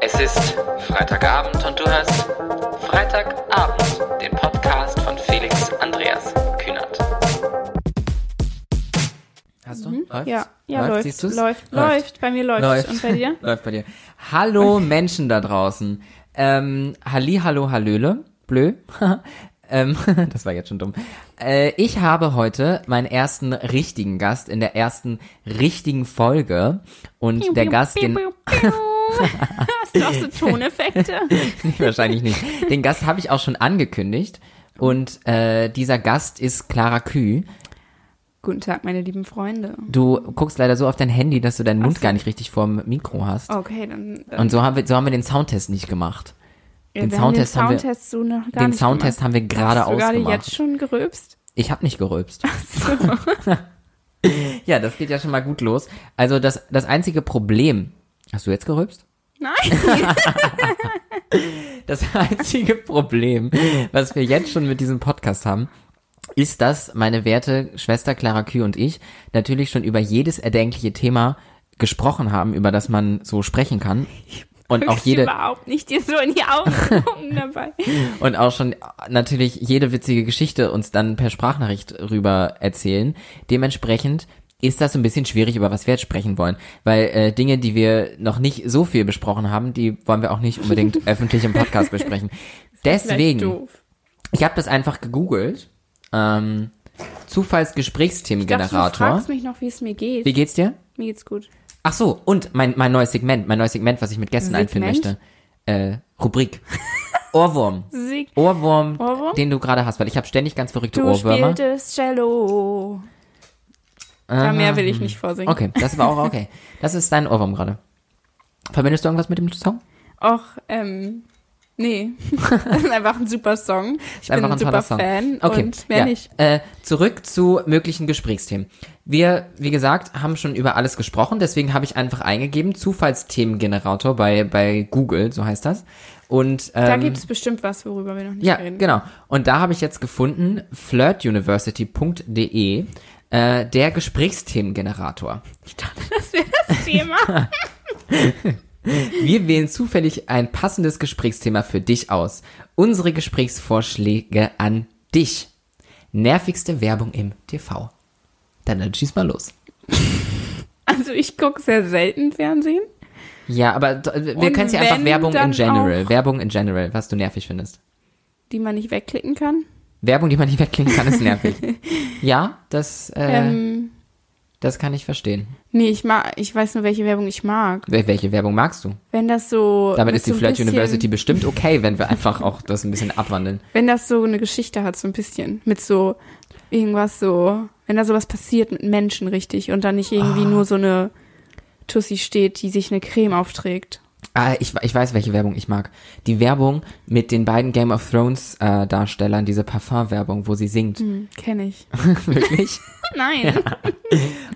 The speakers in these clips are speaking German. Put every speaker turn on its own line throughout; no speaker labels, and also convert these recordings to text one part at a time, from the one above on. Es ist Freitagabend und du hörst Freitagabend, den Podcast von Felix Andreas Kühnert.
Hast du?
Mhm.
Läuft's?
Ja, ja, läuft.
Siehst du's?
läuft, läuft, läuft. Bei mir läuft.
Läuft.
Und bei dir?
läuft bei dir. Hallo Menschen da draußen. Ähm, Halli, hallo, hallöle. Blö. ähm, das war jetzt schon dumm. Äh, ich habe heute meinen ersten richtigen Gast in der ersten richtigen Folge. Und der Gast, den
Hast du auch so Toneffekte?
Nee, wahrscheinlich nicht. Den Gast habe ich auch schon angekündigt. Und äh, dieser Gast ist Clara Kü.
Guten Tag, meine lieben Freunde.
Du guckst leider so auf dein Handy, dass du deinen Mund
so.
gar nicht richtig vorm Mikro hast.
Okay, dann. dann
Und so haben wir, so haben wir den Soundtest nicht gemacht.
ja,
den
wir
Soundtest haben
haben
wir-
den Soundtest so noch gar
den
nicht
Soundtest
gemacht.
haben wir gerade
Hast du gerade
ausgemacht.
jetzt schon gerülpst?
Ich habe nicht gerülpst. ja, das geht ja schon mal gut los. Also das, das einzige Problem. Hast du jetzt gerülpst?
Nein.
Das einzige Problem, was wir jetzt schon mit diesem Podcast haben, ist, dass meine werte Schwester Clara Kühe und ich natürlich schon über jedes erdenkliche Thema gesprochen haben, über das man so sprechen kann. Und auch
Guckst
jede,
überhaupt nicht dir so in die Augen gucken dabei.
und auch schon natürlich jede witzige Geschichte uns dann per Sprachnachricht rüber erzählen. Dementsprechend ist das ein bisschen schwierig, über was wir jetzt sprechen wollen. Weil äh, Dinge, die wir noch nicht so viel besprochen haben, die wollen wir auch nicht unbedingt öffentlich im Podcast besprechen.
Vielleicht
Deswegen,
doof.
ich habe das einfach gegoogelt. Ähm,
Ich dachte, du
Zufallsgesprächsthemengenerator.
fragst mich noch, wie es mir geht.
Wie geht's dir?
Mir geht's gut.
Ach so, und mein, mein neues Segment, mein neues Segment, was ich mit Gästen einführen möchte.
Segment?
Äh, Rubrik. Ohrwurm.
Sieg.
Ohrwurm,
Ohrwurm?
den du gerade hast, weil ich habe ständig ganz verrückte
Du
Ohrwürmer.
spieltest Cello. Da mehr will ich nicht vorsingen.
Okay, das war auch okay. Das ist dein Ohrwurm gerade. Verbindest du irgendwas mit dem Song?
Och, ähm, nee. das ist einfach ein super Song. Ich
Ist
bin
einfach ein
ein,
toller
super
Song.
Fan
okay.
und mehr
ja.
nicht.
Äh, zurück zu möglichen Gesprächsthemen. Wir, wie gesagt, haben schon über alles gesprochen, deswegen habe ich einfach eingegeben, Zufallsthemengenerator bei, bei Google, so heißt das. Und, ähm,
Da gibt's bestimmt was, worüber wir noch nicht
Ja,
reden.
genau. Und da habe ich jetzt gefunden, flirtuniversity.de, äh, der Gesprächsthemengenerator.
Das wäre das Thema.
Wir wählen zufällig ein passendes Gesprächsthema für dich aus. Unsere Gesprächsvorschläge an dich. Nervigste Werbung im TV. Dann, dann schieß mal los.
Also ich gucke sehr selten Fernsehen.
Ja, aber d- wir
Und
können ja einfach
wenn,
Werbung in
dann
general. Werbung in general, was du nervig findest.
Die man nicht wegklicken kann.
Werbung, die man nicht wegklicken kann, ist nervig. ja, das, äh,
Ähm,
das kann ich verstehen.
nee, ich mag, ich weiß nur, welche Werbung ich mag.
Wel- Welche Werbung magst du?
Wenn das so.
Damit
mit
ist die
so ein
Flirt
bisschen-
University bestimmt okay, wenn wir einfach auch das ein bisschen abwandeln.
Wenn das so eine Geschichte hat, so ein bisschen. Mit so irgendwas so. Wenn da sowas passiert mit Menschen richtig und dann nicht irgendwie
Ah.
nur so eine Tussi steht, die sich eine Creme aufträgt.
Ah, ich, ich weiß, welche Werbung ich mag. Die Werbung mit den beiden Game of Thrones äh, Darstellern, diese Parfum-Werbung, wo sie singt.
Hm, kenn ich.
Wirklich?
Nein,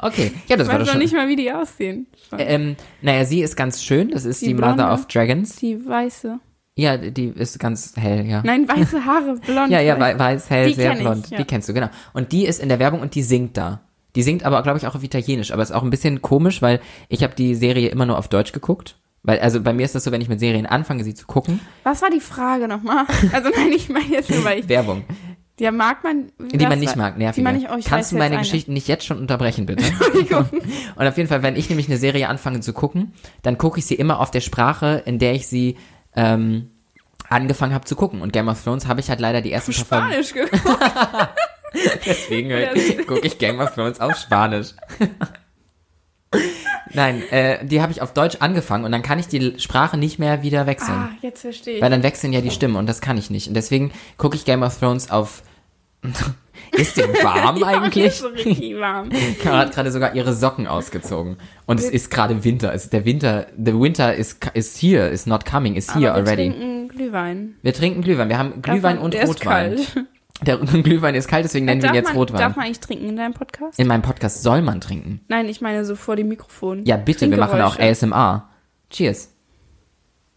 Okay, ja, das Also war
ich
doch
weiß noch
schon.
nicht mal, wie die aussehen.
Ähm, naja, sie ist ganz schön. Das ist die,
Die
Mother
Blonde.
of Dragons.
Die weiße.
Ja, die ist ganz hell, ja.
Nein, weiße Haare, blond.
ja, ja,
weiß.
wei- weiß, hell,
Die
sehr
kenn ich,
blond.
ja.
Die kennst du, genau. Und die ist in der Werbung und die singt da. Die singt aber, glaube ich, auch auf Italienisch. Aber ist auch ein bisschen komisch, weil ich habe die Serie immer nur auf Deutsch geguckt. Weil, also bei mir ist das so, wenn ich mit Serien anfange, sie zu gucken.
Was war die Frage nochmal? Also nein, ich meine jetzt nur, weil ich.
Werbung.
Ja, mag man.
Die man nicht mag, nervig.
Die man nicht, oh, ich weiß
Kannst du
jetzt
meine
eine.
Geschichten nicht jetzt schon unterbrechen, bitte?
Entschuldigung.
Und auf jeden Fall, wenn ich nämlich eine Serie anfange zu gucken, dann gucke ich sie immer auf der Sprache, in der ich sie ähm, angefangen habe zu gucken. Und Game of Thrones habe ich halt leider die ersten paar Folgen.
Spanisch geguckt.
Deswegen gucke ich Game of Thrones auf Spanisch. Nein, äh, die habe ich auf Deutsch angefangen und dann kann ich die Sprache nicht mehr wieder wechseln.
Ah, jetzt verstehe ich.
Weil dann wechseln ja die Stimmen und das kann ich nicht. Und deswegen gucke ich Game of Thrones auf. Ist dir warm
Mir ist
eigentlich?
so richtig warm.
Clara hat gerade sogar ihre Socken ausgezogen. Und es ist gerade Winter. Es, der Winter, the winter is, is here, is not coming, is here
Aber wir
already.
trinken Glühwein.
wir trinken Glühwein. Wir haben Glühwein
Davon-
und
der
Rotwein.
Ist kalt. Äh,
Der Glühwein ist kalt, deswegen nennen wir
darf
ihn jetzt
man,
Rotwein.
Darf man eigentlich trinken in deinem Podcast?
In meinem Podcast soll man trinken.
nein, ich meine so vor dem Mikrofon.
Ja, bitte, wir machen auch
Trinkgeräusche.
ASMR. Cheers.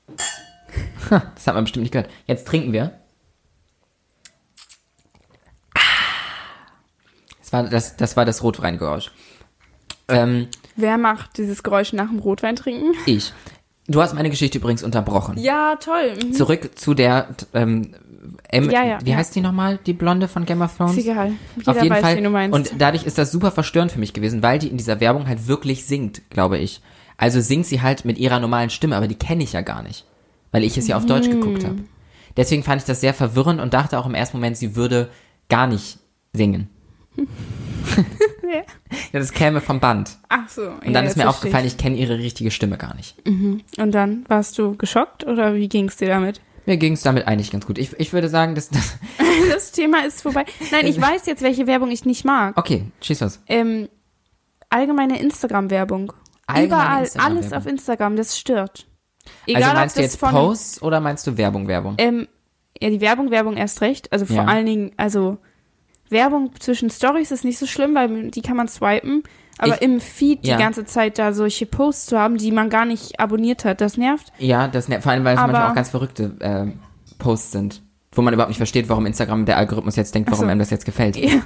Ha, Das hat man bestimmt nicht gehört. Jetzt trinken wir. Ah. Das war das, das, war das Rotweingeräusch. Ähm,
Wer macht dieses Geräusch nach dem Rotwein trinken?
ich. Du hast meine Geschichte übrigens unterbrochen.
Ja, toll. Mhm.
Zurück zu der, ähm, Em
Ja, ja,
wie
ja.
heißt die nochmal, die Blonde von Game of Thrones?
Ist egal. Jeder
Auf jeden
weiß,
Fall.
wen du meinst.
Und dadurch ist das super verstörend für mich gewesen, weil die in dieser Werbung halt wirklich singt, glaube ich. Also singt sie halt mit ihrer normalen Stimme, aber die kenne ich ja gar nicht, weil ich es ja auf Deutsch geguckt
Mm.
habe. Deswegen fand ich das sehr verwirrend und dachte auch im ersten Moment, sie würde gar nicht singen.
Ja.
Ja, das käme vom Band.
Ach so.
Und dann ist mir aufgefallen, ich kenne ihre richtige Stimme gar nicht.
Und dann warst du geschockt oder wie ging es dir damit?
Mir ging es damit eigentlich ganz gut. Ich, ich würde sagen, dass das.
Das Thema ist vorbei. Nein, ich weiß jetzt, welche Werbung ich nicht mag.
Okay, schieß los. Also
Ähm, allgemeine Instagram-Werbung.
Allgemeine
Überall,
Instagram-Werbung.
alles auf Instagram, das stört. Egal,
Also
ob
meinst du
das
jetzt
von,
Posts oder meinst du Werbung, Werbung?
Ähm, ja, die Werbung, Werbung erst recht. Also vor
Ja.
allen Dingen, also Werbung zwischen Stories ist nicht so schlimm, weil die kann man swipen. Aber
Ich-
im Feed
ja.
die ganze Zeit da solche Posts zu haben, die man gar nicht abonniert hat, das nervt.
Ja, das ne- vor allem, weil es
Aber-
manchmal auch ganz verrückte äh, Posts sind, wo man überhaupt nicht versteht, warum Instagram der Algorithmus jetzt denkt, warum
so.
einem das jetzt gefällt.
Ja.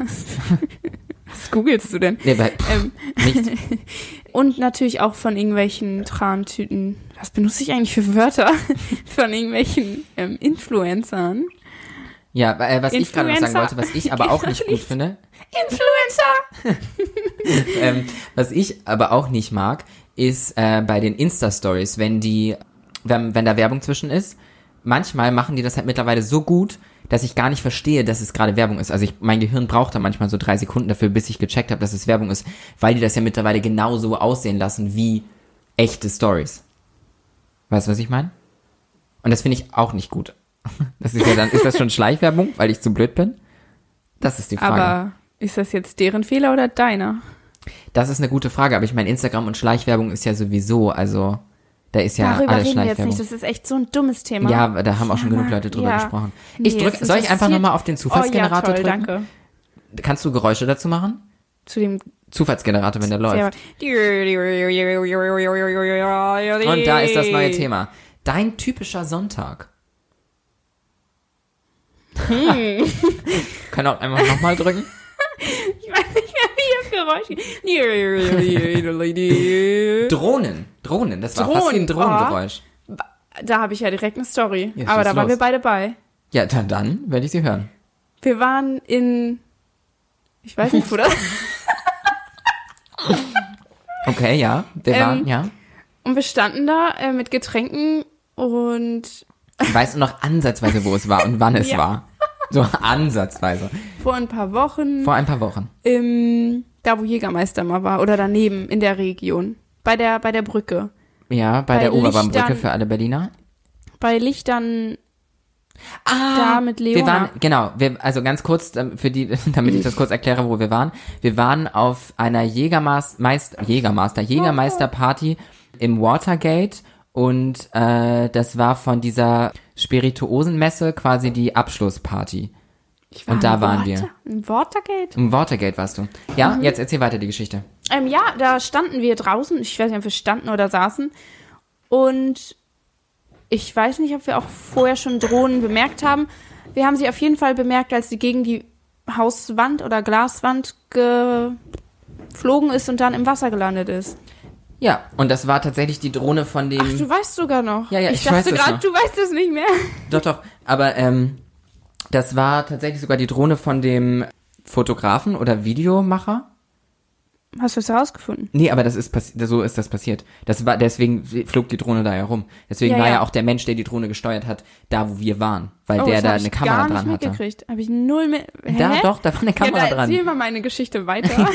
Was googelst du denn?
Nee, weil, pff,
Ähm,
nichts.
und natürlich auch von irgendwelchen Trantüten. Was benutze ich eigentlich für Wörter? von irgendwelchen ähm, Influencern.
Ja, weil, äh, was ich gerade noch sagen
Influencer.
wollte, was ich aber auch nicht gut finde,
Influencer!
ähm, was ich aber auch nicht mag, ist äh, bei den Insta-Stories, wenn die, wenn, wenn da Werbung zwischen ist, manchmal machen die das halt mittlerweile so gut, dass ich gar nicht verstehe, dass es gerade Werbung ist. Also ich, mein Gehirn braucht da manchmal so drei Sekunden dafür, bis ich gecheckt habe, dass es Werbung ist, weil die das ja mittlerweile genauso aussehen lassen wie echte Stories. Weißt du, was ich meine? Und das finde ich auch nicht gut. Das ist ja dann, ist das schon Schleichwerbung, weil ich zu blöd bin? Das ist die Frage.
Aber ist das jetzt deren Fehler oder deiner?
Das ist eine gute Frage, aber ich meine, Instagram und Schleichwerbung ist ja sowieso, also da ist ja
Darüber
alles
reden wir jetzt
Schleichwerbung.
nicht, das ist echt so ein dummes Thema.
ja, aber da haben auch schon genug Leute drüber
ja.
gesprochen.
Nee,
ich drück,
es
soll ich einfach
interessiert-
nochmal auf den Zufallsgenerator
oh, ja, toll,
drücken?
danke.
Kannst du Geräusche dazu machen?
Zu dem
Zufallsgenerator, wenn der läuft.
Server.
Und da ist das neue Thema. Dein typischer Sonntag.
Hm.
Können auch einfach nochmal drücken.
Ich weiß nicht mehr, wie das Geräusch geht.
Drohnen. Drohnen. Das war fast wie ein
Drohnen. oh.
Drohnengeräusch.
Da habe ich ja direkt eine Story.
Jetzt
Aber
geht's
da waren
los.
wir beide bei.
Ja, dann, dann werde ich sie hören.
Wir waren in. Ich weiß nicht, wo das.
Okay, ja. Wir
Ähm,
waren, ja.
Und wir standen da äh, mit Getränken und
weißt du noch ansatzweise, wo es war und wann es
Ja.
war. So ansatzweise.
vor ein paar Wochen
Vor ein paar Wochen.
im, da wo Jägermeister mal war oder daneben in der Region. Bei der, bei der Brücke.
Ja, bei,
Bei
der Oberbahnbrücke
Lichtern.
für alle Berliner.
Bei Lichtern
Ah,
da mit Leona.
wir waren, genau, wir, also ganz kurz, ähm, für die, damit ich das kurz erkläre, wo wir waren. Wir waren auf einer Jägermeister, Jägermeister, Jägermeisterparty im Watergate und äh, das war von dieser Spirituosenmesse quasi die Abschlussparty.
Ich
Und da
im
waren
Water- Im Watergate?
Im Watergate warst du. Ja,
Mhm.
jetzt erzähl weiter die Geschichte.
Ähm, ja, da standen wir draußen. Ich weiß nicht, ob wir standen oder saßen. Und ich weiß nicht, ob wir auch vorher schon Drohnen bemerkt haben. Wir haben sie auf jeden Fall bemerkt, als sie gegen die Hauswand oder Glaswand geflogen ist und dann im Wasser gelandet ist.
Ja, und das war tatsächlich die Drohne von dem...
Ach, du weißt sogar noch.
Ja, ja, ich weiß
dachte
das
gerade,
noch.
du weißt es nicht mehr.
Doch, doch. Aber ähm, das war tatsächlich sogar die Drohne von dem Fotografen oder Videomacher.
Hast du es herausgefunden?
Nee, aber das ist passi- so ist das passiert. Das war deswegen flog die Drohne da herum. Deswegen
Ja,
war ja.
ja.
auch der Mensch, der die Drohne gesteuert hat, da wo wir waren, weil
Oh,
der
das
da
hab
eine
ich
Kamera
gar nicht
dran hatte.
mitgekriegt. Habe ich null mehr.
Da doch, da war eine Kamera
ja, da
dran.
Erzähl mal meine Geschichte weiter.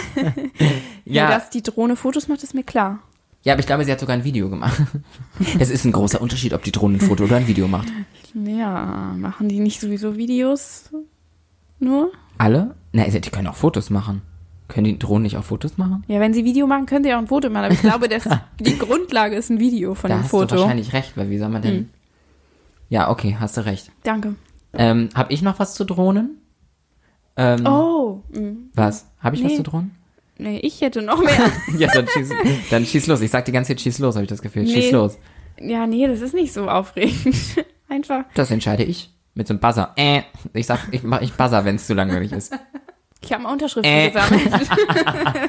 ja.
Ja,
Dass die Drohne Fotos macht, ist mir klar.
ja, aber ich glaube, sie hat sogar ein Video gemacht. es ist ein großer Unterschied, ob die Drohne ein Foto oder ein Video macht.
Ja, machen die nicht sowieso Videos nur?
Alle? Na, die können auch Fotos machen. Können die Drohnen nicht auch Fotos machen?
Ja, wenn sie Video machen, können sie auch ein Foto machen. Aber ich glaube, das, die Grundlage ist ein Video von
Da
dem
hast du
Foto. Hm.
wahrscheinlich recht, weil wie soll man denn? Ja, okay, hast du recht.
Danke.
Ähm, hab ich noch was zu Drohnen? Ähm,
Oh, mhm.
Was? Hab ich was
Nee.
zu Drohnen?
nee, ich hätte noch mehr.
Ja, dann schieß, dann schieß los. Ich sag die ganze Zeit, schieß los, habe ich das Gefühl. Schieß
Nee.
los.
ja, nee, das ist nicht so aufregend. Einfach.
Das entscheide ich. Mit so einem Buzzer. Äh. Ich sag, ich mach ich buzzer, wenn es zu langweilig ist.
Ich habe mal Unterschriften
Äh.
gesammelt.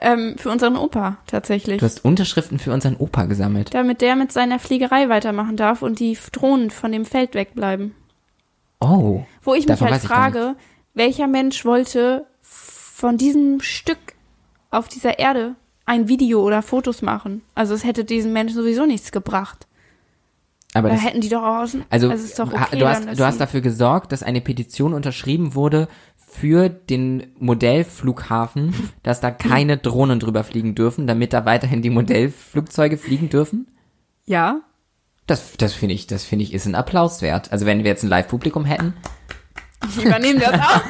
ähm, für unseren Opa tatsächlich.
Du hast Unterschriften für unseren Opa gesammelt.
Damit der mit seiner Fliegerei weitermachen darf und die Drohnen von dem Feld wegbleiben.
Oh.
Wo ich
Davon
mich halt
weiß ich gar
frage, welcher Mensch wollte von diesem Stück auf dieser Erde ein Video oder Fotos machen? Also es hätte diesen Menschen sowieso nichts gebracht.
Aber
Da
das,
hätten die doch auch außen.
also,
es ist doch
ha-
okay,
du
dann, dass
hast, du hast
sie-
dafür gesorgt, dass eine Petition unterschrieben wurde für den Modellflughafen, dass da keine Drohnen drüber fliegen dürfen, damit da weiterhin die Modellflugzeuge fliegen dürfen.
ja.
Das, das finde ich, das finde ich, ist ein Applaus wert. Also wenn wir jetzt ein Live-Publikum hätten.
Ich übernehme das auch.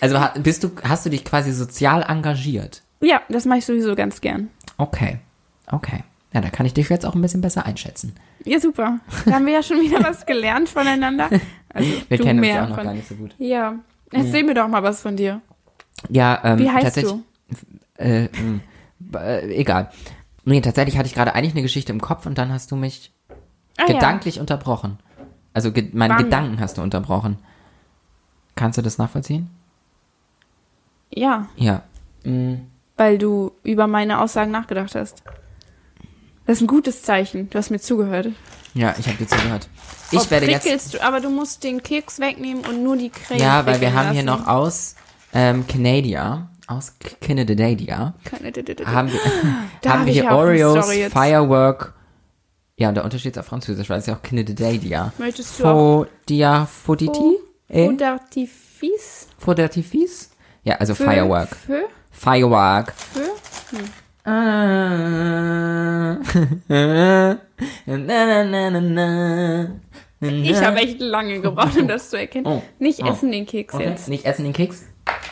Also ha- bist du, hast du dich quasi sozial engagiert?
Ja, das mache ich sowieso ganz gern.
Okay. Okay. Ja, da kann ich dich jetzt auch ein bisschen besser einschätzen.
Ja, super. Da haben wir ja schon wieder was gelernt voneinander. Also,
Wir
du
kennen uns
mehr
ja auch noch
von,
gar nicht so gut.
Ja. Erzähl mir doch mal was von dir.
Ja, ähm,
Wie heißt
tatsächlich,
du?
Äh, mh, b- äh, egal. Nee, tatsächlich hatte ich gerade eigentlich eine Geschichte im Kopf und dann hast du mich
Ah,
gedanklich unterbrochen. Also ge meine
Wann?
Gedanken hast du unterbrochen. Kannst du das nachvollziehen?
Ja. ja,
Ja.
weil du über meine Aussagen nachgedacht hast. Das ist ein gutes Zeichen. Du hast mir zugehört.
Ja, ich habe dir zugehört. Ich
Oh,
werde jetzt
prickelst Du, aber du musst den Keks wegnehmen und nur die Creme
Ja, weil wir
prickeln
haben hier
lassen.
noch aus ähm, Canada, aus Canada,
Keine-
haben wir,
Da
haben
hab
wir
ich
hier
ja auch eine
Oreos,
Story jetzt.
Firework. Ja, und der Unterschied ist auf Französisch, weil es ja auch Canada.
Möchtest du auch
Faux dia foditi? Eh?
oder die Fies?
Faux d'artifice? Ja, also
Für-
Firework.
Für?
Firework.
Für? Ich habe echt lange gebraucht, um das zu erkennen.
Oh.
Nicht
Oh.
essen den Keks
Okay,
jetzt.
nicht essen den Keks.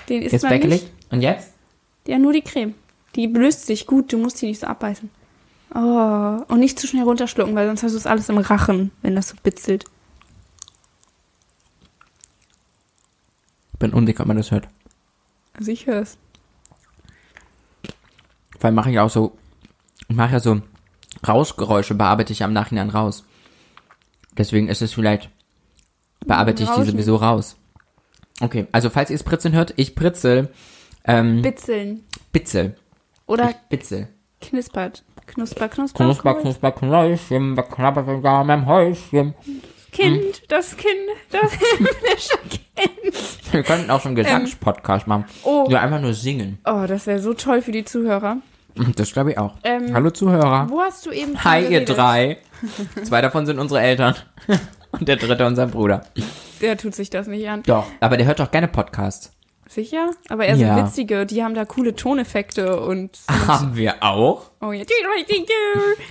Den isst
Jetzt
man
weggelegt.
nicht.
Und jetzt?
Ja, nur die Creme. Die löst sich gut, du musst die nicht so abbeißen. Oh, und nicht zu schnell runterschlucken, weil sonst hast du es alles im Rachen, wenn das so bitzelt.
Ich bin unsicher, ob man das hört.
Also ich höre es.
Vor allem mache ich auch so, ich mache ja so Rauschgeräusche, bearbeite ich am Nachhinein raus. Deswegen ist es vielleicht, bearbeite ich die
Rauschen.
sowieso raus. Okay, also falls ihr es pritzeln hört, ich pritzel, ähm,
Bitzeln.
bitzel,
Oder
ich bitzel.
knispert. Knusper, knusper.
Knusper, knusper, knäuschen, wer knabbert denn da an meinem Häuschen?
Kind,
hm.
das Kind, das himmlische Kind.
Wir könnten auch so einen Gesangspodcast machen.
Ähm, oh.
Ja, einfach nur singen.
Oh, das wäre so toll für die Zuhörer.
Das glaube ich auch.
Ähm,
Hallo Zuhörer.
Wo hast du eben von
Hi, ihr
geredet?
drei. Zwei davon sind unsere Eltern. Und der dritte unser Bruder.
Der tut sich das nicht an.
Doch, aber der hört doch gerne Podcasts.
Sicher? Aber eher so
Ja. Ah.
witzige, die haben da coole Toneffekte und.
Haben wir auch?
Oh ja.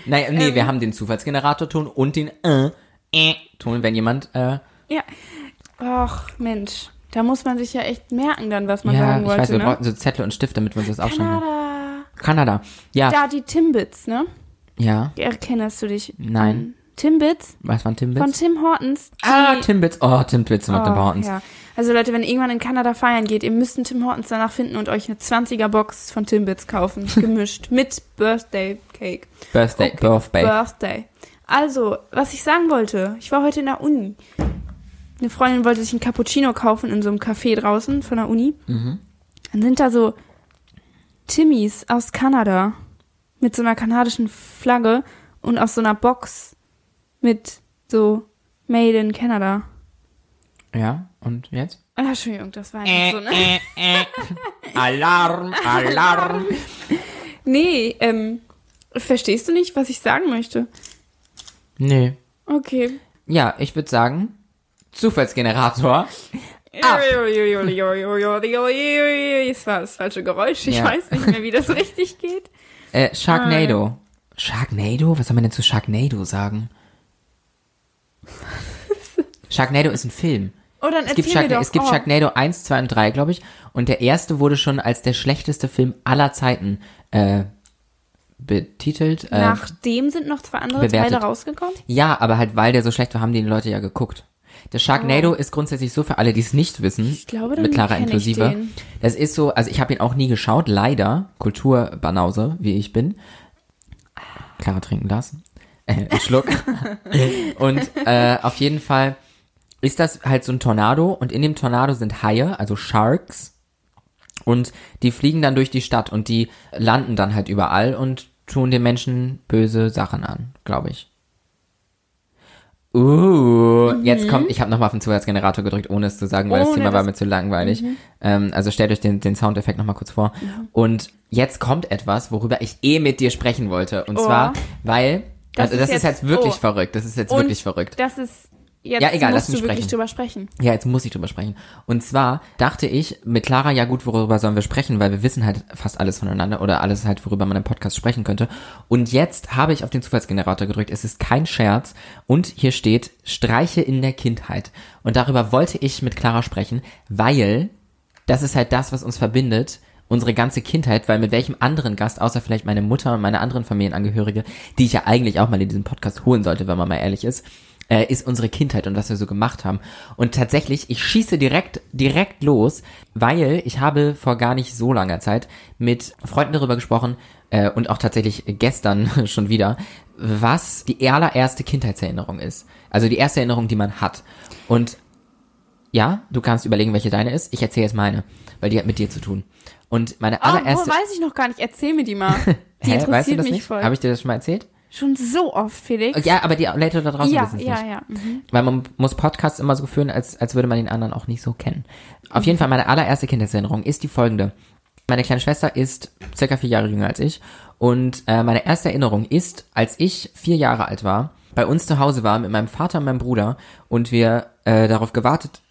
Naja, nee,
Ähm.
wir haben den Zufallsgeneratorton und den äh, äh, Ton, wenn jemand äh,
ja. Ach, Mensch. Da muss man sich ja echt merken, dann, was man
ja,
sagen
ich
wollte.
weiß, wir
ne?
brauchen so Zettel und Stift, damit wir uns das aufschreiben. können.
Kanada.
Kanada. Ja,
Da, die Timbits, ne?
ja.
Erkennst du dich?
Nein,
Timbits
was waren Timbits?
von Tim Hortons.
ah, Timbits. Oh, Timbits macht
Oh,
oh, bei uns.
Ja. Also Leute, wenn ihr irgendwann in Kanada feiern geht, ihr müsst einen Tim Hortons danach finden und euch eine 20er Box von Timbits kaufen, gemischt mit Birthday Cake.
Birthday,
Okay.
Birthday.
Birthday. Also, was ich sagen wollte, ich war heute in der Uni. Eine Freundin wollte sich einen Cappuccino kaufen in so einem Café draußen von der Uni. Dann sind da so Timmys aus Kanada mit so einer kanadischen Flagge und aus so einer Box mit so Made in Canada.
ja, und jetzt?
Ah, Entschuldigung, das war
Äh.
einfach so, ne?
Alarm, Alarm.
Nee, ähm, verstehst du nicht, was ich sagen möchte?
nee.
Okay.
Ja, ich würde sagen, Zufallsgenerator. Ah.
Das war das falsche Geräusch. Ich
Ja.
weiß nicht mehr, wie das richtig geht.
Äh, Sharknado. Sharknado? Was soll man denn zu Sharknado sagen? Sharknado ist ein Film.
Oh, dann
Es gibt,
erzähl mir
Sharknado,
doch.
es gibt
oh.
Sharknado 1, 2 und 3, glaube ich. Und der erste wurde schon als der schlechteste Film aller Zeiten äh, betitelt. Äh,
Nachdem sind noch zwei andere
bewertet.
Teile rausgekommen.
ja, aber halt, weil der so schlecht war, haben die Leute ja geguckt. Der Sharknado ist grundsätzlich so für alle, die es nicht wissen,
Ich glaube, dann
mit Clara
kenn ich
inklusive.
den.
Das ist so, also ich habe ihn auch nie geschaut, leider, Kulturbanause, wie ich bin. Clara trinken lassen. Äh, einen Schluck. und äh, auf jeden Fall ist das halt so ein Tornado und in dem Tornado sind Haie, also Sharks. Und die fliegen dann durch die Stadt und die landen dann halt überall und tun den Menschen böse Sachen an, glaube ich. Uh, jetzt kommt, ich habe nochmal auf den Zufallsgenerator gedrückt, ohne es zu sagen, weil das
Mhm. Ohne
Thema war
das- Mhm.
mir zu langweilig. Ähm, also stellt euch den, den Soundeffekt nochmal kurz vor. Und jetzt kommt etwas, worüber ich eh mit dir sprechen wollte. Und
Oh.
zwar, weil,
Das
also
ist
das ist
jetzt-
jetzt wirklich
oh.
verrückt. Das ist jetzt
Und
wirklich verrückt.
Das ist jetzt
Ja, egal, lass
musst
mich
du wirklich
sprechen.
drüber sprechen.
Ja, jetzt muss ich drüber sprechen. Und zwar dachte ich mit Clara, ja gut, worüber sollen wir sprechen, weil wir wissen halt fast alles voneinander oder alles halt, worüber man im Podcast sprechen könnte. Und jetzt habe ich auf den Zufallsgenerator gedrückt. Es ist kein Scherz. Und hier steht Streiche in der Kindheit. Und darüber wollte ich mit Clara sprechen, weil das ist halt das, was uns verbindet. Unsere ganze Kindheit, weil mit welchem anderen Gast, außer vielleicht meine Mutter und meine anderen Familienangehörige, die ich ja eigentlich auch mal in diesen Podcast holen sollte, wenn man mal ehrlich ist, äh, ist unsere Kindheit und was wir so gemacht haben. Und tatsächlich, ich schieße direkt, direkt los, weil ich habe vor gar nicht so langer Zeit mit Freunden darüber gesprochen äh, und auch tatsächlich gestern schon wieder, was die allererste Kindheitserinnerung ist. Also die erste Erinnerung, die man hat. Und ja, du kannst überlegen, welche deine ist. Ich erzähle jetzt meine, weil die hat mit dir zu tun. Und meine
Oh,
allererste.
wo weiß ich noch gar nicht. Erzähl mir die mal. Die
Ah, Hä,
interessiert
weißt du das
mich
nicht?
voll.
Habe ich dir das schon mal erzählt?
Schon so oft, Felix.
Ja, aber die Leute da draußen
ja,
wissen es also nicht.
ja, ja. Mhm.
Weil man muss Podcasts immer so führen, als, als würde man den anderen auch nicht so kennen. Auf jeden Fall, meine allererste Kindheitserinnerung ist die folgende. Meine kleine Schwester ist circa vier Jahre jünger als ich. Und äh, meine erste Erinnerung ist, als ich vier Jahre alt war, bei uns zu Hause war mit meinem Vater und meinem Bruder und wir äh, darauf gewartet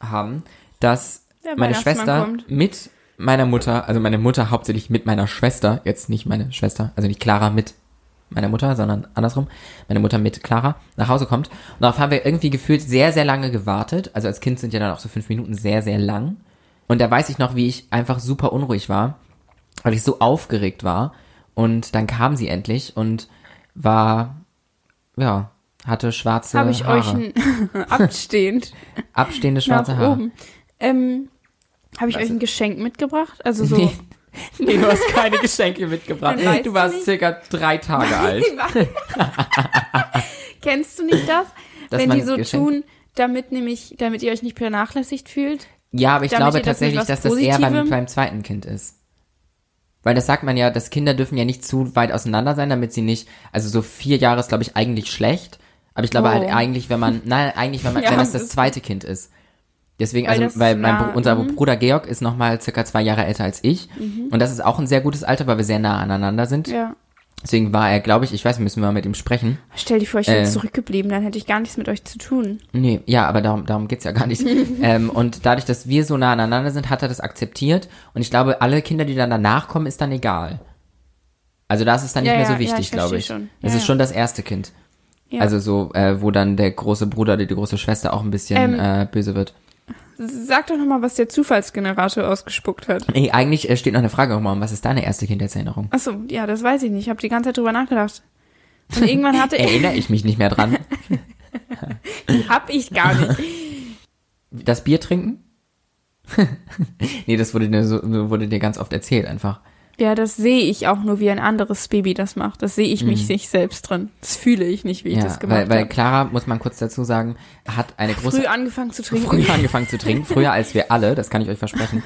haben, dass
Der
meine
Weihnachtsmann
Schwester
kommt.
mit meiner Mutter, also meine Mutter hauptsächlich mit meiner Schwester, jetzt nicht meine Schwester, also nicht Clara mit meiner Mutter, sondern andersrum, meine Mutter mit Clara nach Hause kommt. Und darauf haben wir irgendwie gefühlt sehr, sehr lange gewartet. Also als Kind sind ja dann auch so fünf Minuten sehr, sehr lang. Und da weiß ich noch, wie ich einfach super unruhig war, weil ich so aufgeregt war. Und dann kam sie endlich und war, ja, hatte schwarze
Habe ich
Haare.
euch ein abstehend
Abstehende schwarze
nach
Haare. Also
oben. Ähm, habe ich euch ein Geschenk mitgebracht? Also so.
Nee. Nee, du hast keine Geschenke mitgebracht.
Dann weißt
Du
du
warst
nicht.
circa drei Tage alt.
Kennst du nicht das?
Dass
Wenn
man
die so
Geschenk-
tun, damit nämlich, damit ihr euch nicht vernachlässigt fühlt.
Ja, aber ich
Damit
glaube
ihr das mit
tatsächlich,
was
dass das eher beim,
Positivem-
beim zweiten Kind ist. Weil das sagt man ja, dass Kinder dürfen ja nicht zu weit auseinander sein, damit sie nicht, also so vier Jahre ist, glaube ich, eigentlich schlecht. Aber ich glaube
Oh.
halt eigentlich, wenn man, nein, eigentlich, wenn man,
Ja,
wenn das
das
das zweite Kind ist. Deswegen,
Weil
also,
das
weil
so
mein,
nah-
Br- unser
mhm.
Bruder Georg ist nochmal circa zwei Jahre älter als ich. Und das ist auch ein sehr gutes Alter, weil wir sehr nah aneinander sind.
Ja.
Deswegen war er, glaube ich, ich weiß, müssen wir mal mit ihm sprechen.
Stell dir vor, ich wäre
Äh.
zurückgeblieben, dann hätte ich gar nichts mit euch zu tun.
Nee, ja, aber darum, darum geht's ja gar nicht. ähm, und dadurch, dass wir so nah aneinander sind, hat er das akzeptiert. Und ich glaube, alle Kinder, die dann danach kommen, ist dann egal. Also da ist es dann nicht
Ja,
mehr so
ja, ja,
wichtig,
ich
glaube
verstehe
ich.
schon.
Es
Ja,
ist
ja.
schon das erste Kind.
Ja.
Also so, äh, wo dann der große Bruder, die, die große Schwester auch ein bisschen
Ähm.
äh, böse wird.
Sag doch nochmal, was der Zufallsgenerator ausgespuckt hat.
Nee, eigentlich äh, steht noch eine Frage rum, was ist deine erste Kindheitserinnerung?
Achso, ja, das weiß ich nicht. Ich habe die ganze Zeit drüber nachgedacht. Und irgendwann hatte ich,
Erinnere ich mich nicht mehr dran.
hab ich gar nicht.
Das Bier trinken? nee, das wurde dir, so, wurde dir ganz oft erzählt einfach.
Ja, das sehe ich auch nur, wie ein anderes Baby das macht. Das sehe ich mich nicht selbst drin. Das fühle ich nicht, wie ich das gemacht
Mhm. weil, weil
habe.
Clara, muss man kurz dazu sagen, hat eine große
Früh angefangen zu trinken.
früher angefangen zu trinken, früher als wir alle, das kann ich euch versprechen.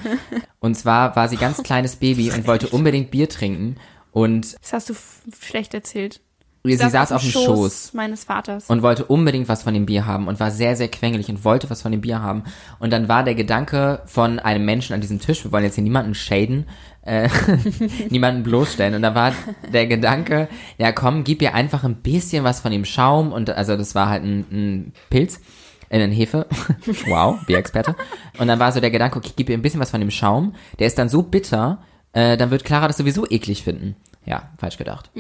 Und zwar war sie ganz kleines Baby und wollte unbedingt Bier trinken und
Das hast du f- schlecht erzählt.
sie saß auf dem Schoß.
meines Vaters.
und wollte unbedingt was von dem Bier haben und war sehr, sehr quengelig und wollte was von dem Bier haben. Und dann war der Gedanke von einem Menschen an diesem Tisch, wir wollen jetzt hier niemanden shaden, äh, niemanden bloßstellen. Und da war der Gedanke, ja komm, gib ihr einfach ein bisschen was von dem Schaum. Und also das war halt ein, ein Pilz, äh, ein Hefe. wow, Bierexperte. Und dann war so der Gedanke, okay, gib ihr ein bisschen was von dem Schaum. Der ist dann so bitter, äh, dann wird Clara das sowieso eklig finden. Ja, falsch gedacht.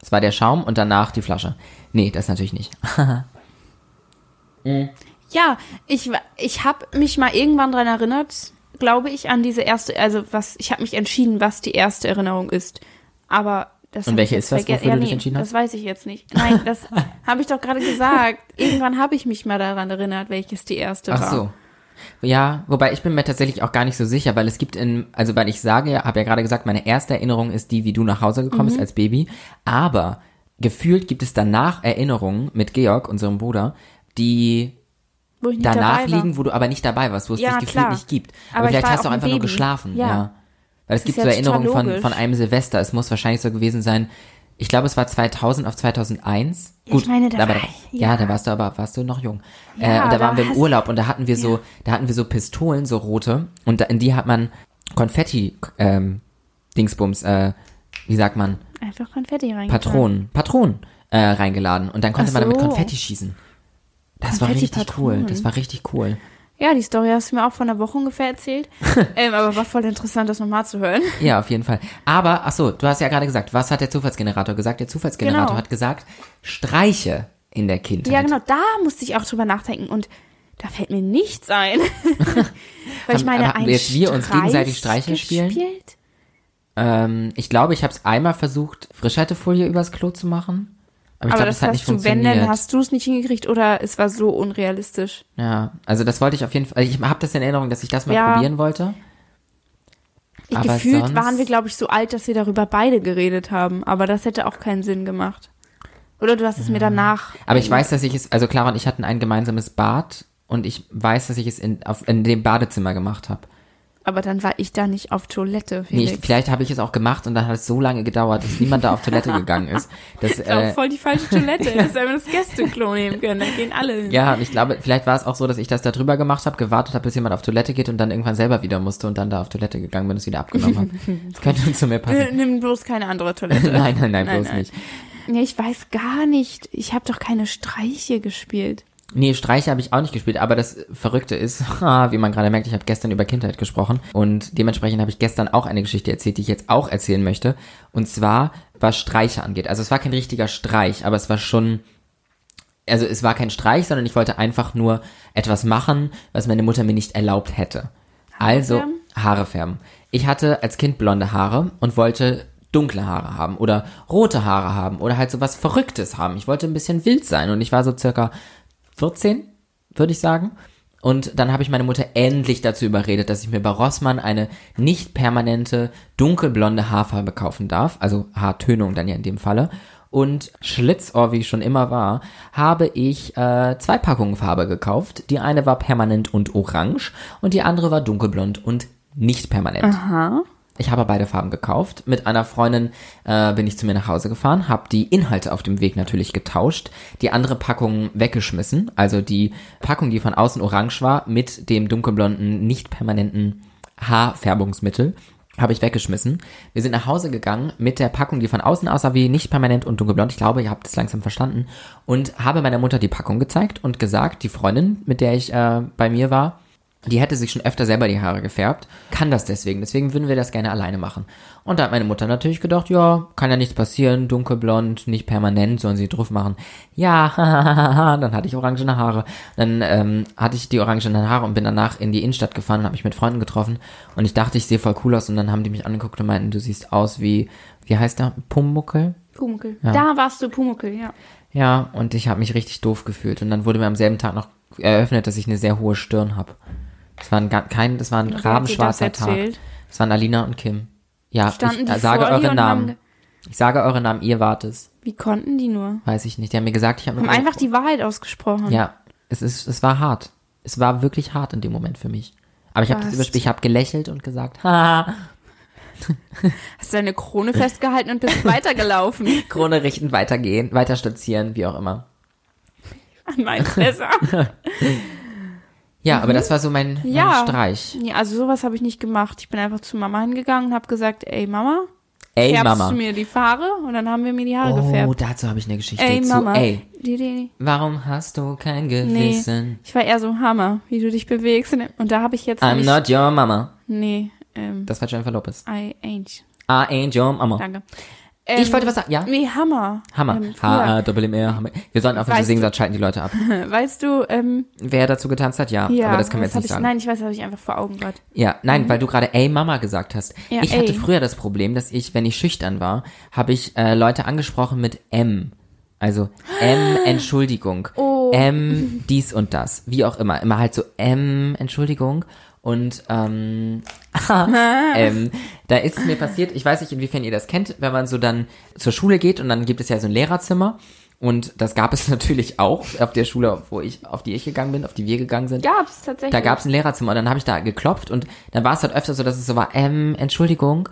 Es war der Schaum und danach die Flasche. Nee, das natürlich nicht.
Ja, ich, wa- ich habe mich mal irgendwann dran erinnert, glaube ich, an diese erste, also was, ich habe mich entschieden, was die erste Erinnerung ist. Aber das
Und
hab
welche
ich
ist
jetzt
das,
verge-
wofür
ja,
du dich
nee,
entschieden hast?
Das weiß ich jetzt nicht. Nein, das habe ich doch gerade gesagt. Irgendwann habe ich mich mal daran erinnert, welches die erste war.
Ach so. Ja, wobei ich bin mir tatsächlich auch gar nicht so sicher, weil es gibt in, also weil ich sage, ja, habe ja gerade gesagt, meine erste Erinnerung ist die, wie du nach Hause gekommen bist als Baby, aber gefühlt gibt es danach Erinnerungen mit Georg, unserem Bruder, die
wo ich nicht
danach
dabei war.
liegen, wo du aber nicht dabei warst, wo es
Ja,
dich gefühlt
klar.
nicht gibt. Aber,
Aber ich
vielleicht
war
hast du
auch
auch
ein
einfach nur
Baby.
geschlaft. Ja.
Ja.
Weil es gibt
ist
so
ja total
Erinnerungen von,
logisch.
von einem Silvester. Es muss wahrscheinlich so gewesen sein, ich glaube, es war 2000 auf 2001. Gut,
ich meine, da
aber
war
da-
ich-
ja.
ja.
da warst du aber warst du noch jung. äh,
Ja,
und da,
da
waren wir im
hast-
Urlaub und da hatten wir so, da hatten wir so Pistolen, so rote und da, in die hat man Konfetti ähm, Dingsbums äh, wie sagt man?
Einfach Konfetti rein.
Patronen, Patronen äh, reingeladen und dann konnte
Ach
man damit
so.
Konfetti schießen. Das war richtig cool.
Konfetti-Patronen.
Das war richtig cool.
Ja, die Story hast du mir auch vor einer Woche ungefähr erzählt. ähm, aber war voll interessant, das nochmal zu hören.
Ja, auf jeden Fall. Aber, ach so, du hast ja gerade gesagt, was hat der Zufallsgenerator gesagt? Der Zufallsgenerator
Genau.
hat gesagt, Streiche in der Kindheit.
Ja, genau, da musste ich auch drüber nachdenken und da fällt mir nichts ein. Weil ich
Haben-
meine,
aber haben
ein
jetzt wir uns gegenseitig
Streich
Streiche spielen?
gespielt?
Ähm, ich glaube, ich habe es einmal versucht, Frischhaltefolie übers Klo zu machen. Aber ich
Aber
glaube,
das
das hat nicht
hast du, wenn,
funktioniert.
dann hast du es nicht hingekriegt oder es war so unrealistisch.
ja, also das wollte ich auf jeden Fall. Ich habe das in Erinnerung, dass ich das mal
Ja.
probieren wollte.
Ich
Aber
gefühlt
sonst-
waren wir, glaube ich, so alt, dass wir darüber beide geredet haben. Aber das hätte auch keinen Sinn gemacht. Oder du hast es mir danach.
Aber ich weiß, dass ich es, also Clara und ich hatten ein gemeinsames Bad und ich weiß, dass ich es in, auf, in dem Badezimmer gemacht habe.
Aber dann war ich da nicht auf Toilette,
Nee,
Felix.
ich, vielleicht habe ich es auch gemacht und dann hat es so lange gedauert, dass niemand da auf Toilette gegangen ist. Das,
Das ist
äh,
auch voll die falsche Toilette. Das ist einfach das Gästeklo nehmen können. Da gehen alle hin.
ja, und ich glaube, vielleicht war es auch so, dass ich das da drüber gemacht habe, gewartet habe, bis jemand auf Toilette geht und dann irgendwann selber wieder musste und dann da auf Toilette gegangen bin und es wieder abgenommen habe. Das könnte zu mir passen.
Äh, Nimm bloß keine andere Toilette.
nein, nein, nein, bloß
nein.
nicht.
Nee, ich weiß gar nicht. Ich habe doch keine Streiche gespielt.
Nee, Streiche habe ich auch nicht gespielt, aber das Verrückte ist, wie man gerade merkt, ich habe gestern über Kindheit gesprochen und dementsprechend habe ich gestern auch eine Geschichte erzählt, die ich jetzt auch erzählen möchte. Und zwar, was Streiche angeht. Also es war kein richtiger Streich, aber es war schon, also es war kein Streich, sondern ich wollte einfach nur etwas machen, was meine Mutter mir nicht erlaubt hätte. also
färben?
Haare färben. Ich hatte als Kind blonde Haare und wollte dunkle Haare haben oder rote Haare haben oder halt so was Verrücktes haben. Ich wollte ein bisschen wild sein und ich war so circa 14, würde ich sagen. Und dann habe ich meine Mutter endlich dazu überredet, dass ich mir bei Rossmann eine nicht permanente dunkelblonde Haarfarbe kaufen darf, also Haartönung dann ja in dem Falle. Und Schlitzohr, wie ich schon immer war, habe ich äh, zwei Packungen Farbe gekauft. Die eine war permanent und orange und die andere war dunkelblond und nicht permanent. Ich habe beide Farben gekauft. Mit einer Freundin äh, bin ich zu mir nach Hause gefahren, habe die Inhalte auf dem Weg natürlich getauscht, die andere Packung weggeschmissen, also die Packung, die von außen orange war, mit dem dunkelblonden, nicht permanenten Haarfärbungsmittel, habe ich weggeschmissen. Wir sind nach Hause gegangen mit der Packung, die von außen aussah wie nicht permanent und dunkelblond. Ich glaube, ihr habt es langsam verstanden. Und habe meiner Mutter die Packung gezeigt und gesagt, die Freundin, mit der ich äh, bei mir war, die hätte sich schon öfter selber die Haare gefärbt, kann das deswegen. Deswegen würden wir das gerne alleine machen. Und da hat meine Mutter natürlich gedacht, ja, kann ja nichts passieren, dunkelblond, nicht permanent, sollen sie drauf machen. Ja, dann hatte ich orangene Haare. Dann ähm, hatte ich die orangenen Haare und bin danach in die Innenstadt gefahren und habe mich mit Freunden getroffen. Und ich dachte, ich sehe voll cool aus. Und dann haben die mich angeguckt und meinten, du siehst aus wie, wie heißt der, Pumuckel?
Pumuckel. Da warst du Pumuckel, ja.
Ja, und ich habe mich richtig doof gefühlt. Und dann wurde mir am selben Tag noch eröffnet, dass ich eine sehr hohe Stirn habe. Das war ein, ga- kein, das war ein
hat dir
rabenschwarzer
das
Tag.
erzählt?
Das waren Alina und Kim. Ja,
Standen
ich
die
äh, sage
vor dir
eure
und
Namen.
haben
ich sage eure Namen, ihr wart es.
Wie konnten die nur?
Weiß ich nicht. Die haben mir gesagt, ich habe
Haben einfach die Wahrheit ausgesprochen.
Ja, es, ist, es war hart. Es war wirklich hart in dem Moment für mich. Aber ich habe das
Was?
überspielt. Ich habe gelächelt und gesagt, haha,
Hast deine Krone festgehalten und bist weitergelaufen
Krone richten, weitergehen, weiter stolzieren, wie auch immer.
an mein Messer.
Ja, aber das war so mein,
Mhm. Ja.
mein Streich.
Nee, also sowas habe ich nicht gemacht. Ich bin einfach zu Mama hingegangen und habe gesagt, ey Mama,
Ey,
färbst
Mama.
du mir die Haare? Und dann haben wir mir die Haare
Oh,
gefärbt.
dazu habe ich eine Geschichte.
Ey
zu,
Mama.
Ey,
Die, die,
Warum hast du kein
nee.
Gewissen?
Ich war eher so Hammer, wie du dich bewegst. Und da habe ich jetzt
I'm
nicht,
not your mama.
nee, ähm,
Das war Jennifer Lopez.
I ain't.
I ain't your mama.
Danke.
Ich
Ähm,
wollte was sagen. Ja,
Nee, Hammer.
Hammer.
Ähm,
H,
früher.
äh, Doppel M, R, Hammer. Wir sollten aufhören zu
Weißt
singen,
du-
sonst schalten die Leute ab.
Weißt du, ähm,
Wer dazu getanzt hat, ja.
ja.
aber das können wir jetzt
das hab
nicht
ich,
sagen.
Nein, ich weiß, das habe ich einfach vor Augen gerade.
Ja, nein, weil du gerade ey Mama gesagt hast.
Mhm. Ja,
ich hatte
ey.
früher das Problem, dass ich, wenn ich schüchtern war, habe ich äh, Leute angesprochen mit M. Also M Entschuldigung,
Oh.
M dies und das, wie auch immer, immer halt so M Entschuldigung und ähm, ähm, da ist es mir passiert, ich weiß nicht, inwiefern ihr das kennt, wenn man so dann zur Schule geht und dann gibt es ja so ein Lehrerzimmer Und das gab es natürlich auch auf der Schule, wo ich, auf die ich gegangen bin, auf die wir gegangen sind.
Gab's tatsächlich.
Da gab es ein Lehrerzimmer und dann habe ich da geklopft und dann war es halt öfter so, dass es so war, ähm, Entschuldigung.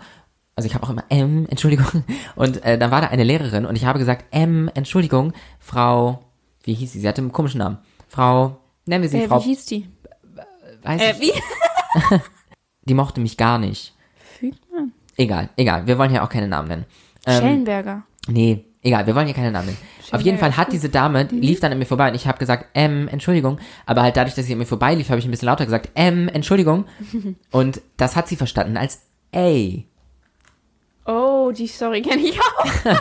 Also ich habe auch immer, ähm, Entschuldigung. Und äh, dann war da eine Lehrerin und ich habe gesagt, ähm, Entschuldigung, Frau, wie hieß sie? Sie hatte einen komischen Namen. Frau, nennen wir sie
äh,
Frau,
wie hieß die?
weiß
Äh,
ich,
wie?
die mochte mich gar nicht.
Fügmann?
Egal, egal, wir wollen ja auch keine Namen nennen.
Schellenberger.
Nee, egal, wir wollen hier keine Namen nennen. Auf jeden Fall hat diese Dame, lief dann an mir vorbei und ich habe gesagt, ähm, Entschuldigung. Aber halt dadurch, dass sie an mir vorbeilief, habe ich ein bisschen lauter gesagt, ähm, Entschuldigung. Und das hat sie verstanden als ey.
Oh, die Story kenne ich auch.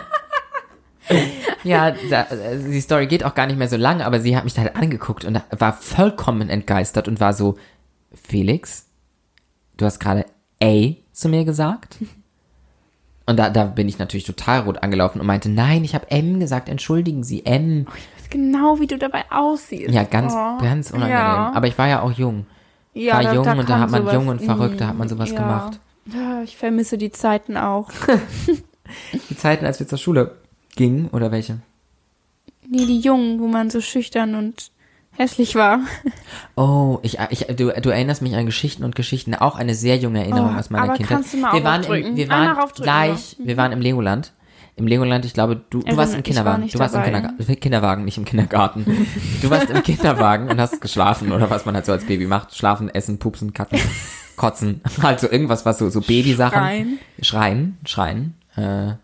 Ja, da, äh, die Story geht auch gar nicht mehr so lang, aber sie hat mich halt angeguckt und war vollkommen entgeistert und war so, Felix, du hast gerade ey zu mir gesagt? Und da, da bin ich natürlich total rot angelaufen und meinte, nein, ich habe M gesagt, entschuldigen Sie, M.
Ich weiß genau, wie du dabei aussiehst.
Ja, ganz,
Oh.
ganz unangenehm.
Ja.
Aber ich war ja auch jung.
ja,
war jung und da
kam
hat man
sowas.
jung und verrückt, da hat man
Mm,
sowas
ja.
gemacht.
Ja, Ich vermisse die Zeiten auch.
Die Zeiten, als wir zur Schule gingen, oder welche?
Nee, die Jungen, wo man so schüchtern und hässlich war.
Oh, ich, ich, du, du erinnerst mich an Geschichten und Geschichten, auch eine sehr junge Erinnerung
Oh,
aus meiner
aber
Kindheit.
kannst du mal
wir
auch
waren, im,
raufdrücken?
wir
Einmal
waren
raufdrücken,
gleich, wir waren im Legoland. Im Legoland, ich glaube, du, du
Erinnere-
warst im
Also, ich war
Kinderwagen.
nicht
Du warst im
dabei.
Kindergarten, Kinderwagen, nicht im Kindergarten. Du warst im Kinderwagen und hast geschlafen oder was man halt so als Baby macht. Schlafen, essen, pupsen, kacken, kotzen. Also irgendwas, was so, so Babysachen.
Schreien.
Schreien, schreien. Äh,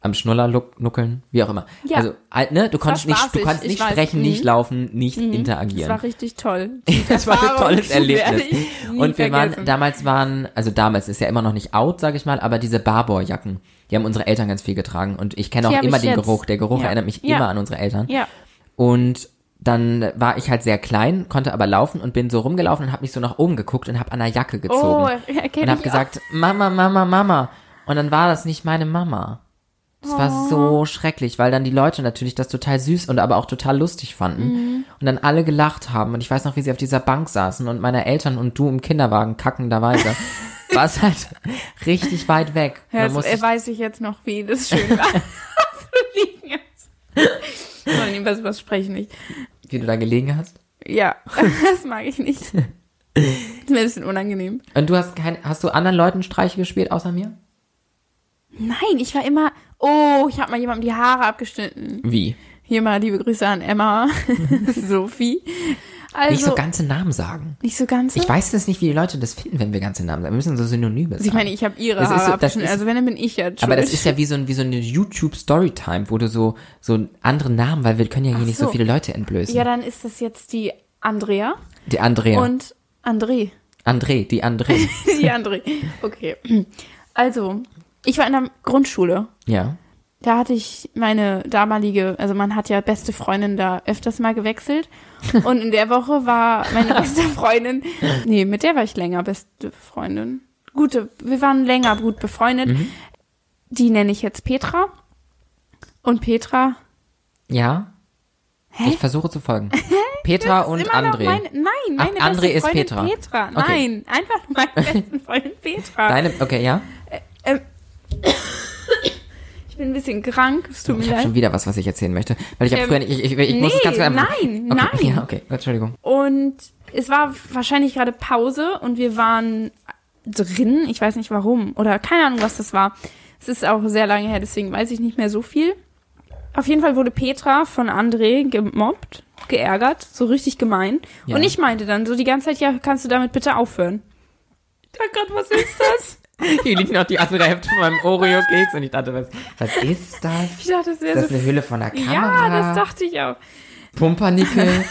am Schnuller luck- nuckeln, wie auch immer.
Ja.
Also, halt, ne, du konntest nicht, du
spaßig,
konntest
ich
nicht
weiß.
sprechen, nicht
Mhm.
laufen, nicht
Das
interagieren.
war richtig toll.
Das war ein
Erfahrung,
tolles
die werde
Erlebnis.
ich nie
Und wir waren,
vergessen.
damals waren, also damals ist ja immer noch nicht out, sage ich mal, aber diese Barbour-Jacken, die haben unsere Eltern ganz viel getragen und ich kenne
Die
auch
habe
immer
ich
den
jetzt.
Geruch. Der Geruch
Ja.
erinnert mich
Ja.
immer an unsere Eltern.
Ja.
Und dann war ich halt sehr klein, konnte aber laufen und bin so rumgelaufen und habe mich so nach oben geguckt und habe an der Jacke gezogen.
Oh, erkenne
ne? und habe
ich
gesagt, Mama, Mama, Mama. Und dann war das nicht meine Mama. Das war
Oh.
so schrecklich, weil dann die Leute natürlich das total süß und aber auch total lustig
Mhm.
fanden. Und dann alle gelacht haben. Und ich weiß noch, wie sie auf dieser Bank saßen und meine Eltern und du im Kinderwagen kackenderweise. war es halt richtig weit weg. Und
Ja,
dann
das
musste ich-
weiß ich jetzt noch, wie das schön war. zu liegen. Nein, über was spreche ich nicht.
wie du da gelegen hast.
Ja, das mag ich nicht. Ist mir ein bisschen unangenehm.
Und du hast kein, hast du anderen Leuten Streiche gespielt außer mir?
Nein, ich war immer. Oh, ich habe mal jemandem die Haare abgeschnitten.
Wie?
Hier mal liebe Grüße an Emma, Sophie. Also
nicht so ganze Namen sagen.
Nicht so ganz.
Ich weiß jetzt nicht, wie die Leute das finden, wenn wir ganze Namen sagen. Wir müssen so Synonyme sagen.
ich meine, ich habe ihre
Das ist
Haare
so- das
abgeschnitten.
ist-
also wenn, dann bin ich jetzt schuld.
aber das ist ja wie so, ein, wie so eine YouTube-Storytime, wo du so, so andere Namen, weil wir können ja hier nicht so.
so.
viele Leute entblößen.
Ja, dann ist das jetzt die Andrea
die Andrea.
und André.
André, die André.
Die André. Okay. Also, ich war in der Grundschule.
ja.
Da hatte ich meine damalige, also man hat ja beste Freundin da öfters mal gewechselt. Und in der Woche war meine beste Freundin, nee, mit der war ich länger beste Freundin. Gute, wir waren länger gut befreundet. Die nenne ich jetzt Petra. Und Petra
Ja. Ich versuche zu folgen. Petra und
immer noch
André.
Meine, nein,
Ach,
meine beste
André ist
Freundin
Petra.
Petra.
Okay.
Nein, einfach meine beste Freundin Petra.
Deine, okay, ja.
Ich bin ein bisschen krank, es tut mir
Ich habe
leid.
schon wieder was, was ich erzählen möchte. Weil ich habe
Ähm,
früher nicht, ich, ich, ich muss es
nee,
ganz klar-
nein,
okay,
nein.
Ja, okay, Entschuldigung.
Und es war wahrscheinlich gerade Pause und wir waren drin. Ich weiß nicht warum oder keine Ahnung, was das war. Es ist auch sehr lange her, deswegen weiß ich nicht mehr so viel. Auf jeden Fall wurde Petra von André gemobbt, geärgert, so richtig gemein.
Ja.
Und ich meinte dann so die ganze Zeit, ja, kannst du damit bitte aufhören? Oh Gott, was ist das?
Hier liegt noch die andere Hälfte von meinem Oreo-Keks und ich dachte, was, was ist das?
Ich dachte, das
Ist
wäre
das
so.
eine Hülle von der Kamera?
Ja, das dachte ich auch.
Pumpernickel?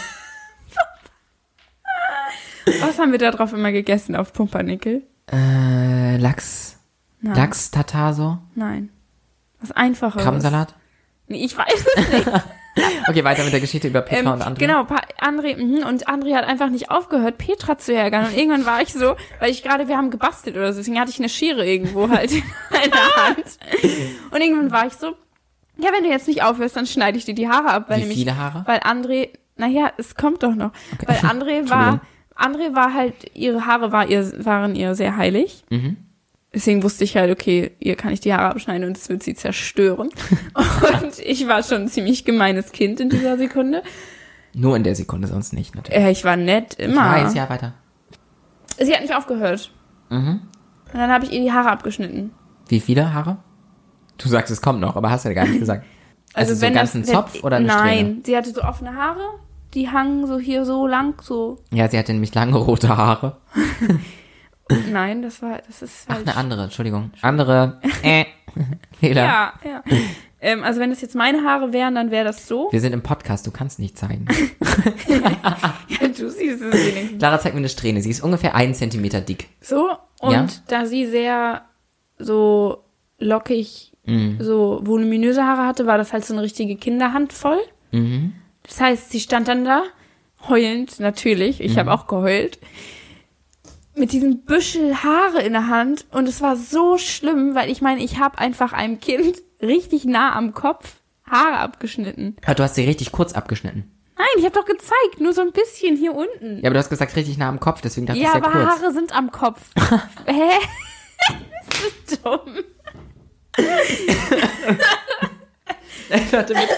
Was haben wir da drauf immer gegessen auf Pumpernickel?
äh, Lachs.
Nein.
Lachs, Tatar so?
Nein. Was einfaches.
Krabbensalat?
Nee, ich weiß es nicht.
Okay, weiter mit der Geschichte über Petra
Ähm,
und André.
Genau, pa André, mhm, und André hat einfach nicht aufgehört, Petra zu ärgern. Und irgendwann war ich so, weil ich gerade, wir haben gebastelt oder so, deswegen hatte ich eine Schere irgendwo halt in der Hand. Und irgendwann war ich so, ja, wenn du jetzt nicht aufhörst, dann schneide ich dir die Haare ab. Weil
Wie
nämlich,
viele Haare?
Weil André, naja, es kommt doch noch. Weil
Mhm.
André war, André war halt, ihre Haare war ihr, waren ihr sehr heilig. Deswegen wusste ich halt, okay, ihr kann ich die Haare abschneiden und es wird sie zerstören. Und ich war schon ein ziemlich gemeines Kind in dieser Sekunde.
Nur in der Sekunde, sonst nicht natürlich.
Ja, ich war nett,
Ich
immer.
weiß, ja, Mhm. weiter.
Sie hat nicht aufgehört. Und dann habe ich ihr die Haare abgeschnitten.
Wie viele Haare? Du sagst, es kommt noch, aber hast ja gar nicht gesagt. Also, so einen
das-
ganzen Zopf oder eine
Nein,
Strähne?
sie hatte so offene Haare, die hangen so hier so lang, so.
Ja, sie hatte nämlich lange rote Haare.
Nein, das war, das ist
Ach,
falsch.
eine andere, Entschuldigung. Andere, äh, Fehler.
ja, ja. Ähm, also wenn das jetzt meine Haare wären, dann wäre das so.
Wir sind im Podcast, du kannst nicht zeigen.
Ja, du siehst es wenigstens.
Clara zeigt mir eine Strähne, sie ist ungefähr einen Zentimeter dick.
So, und
Ja.
da sie sehr so lockig, so voluminöse Haare hatte, war das halt so eine richtige Kinderhand voll. Das heißt, sie stand dann da, heulend, natürlich, ich habe auch geheult, mit diesem Büschel Haare in der Hand. Und es war so schlimm, weil ich meine, ich habe einfach einem Kind richtig nah am Kopf Haare abgeschnitten.
Aber du hast sie richtig kurz abgeschnitten.
Nein, ich habe doch gezeigt, nur so ein bisschen hier unten.
Ja, aber du hast gesagt, richtig nah am Kopf, deswegen dachte
Ja,
ich sehr
aber
kurz.
Haare sind am Kopf. Hä? Bist du dumm?
Ich dachte, mit,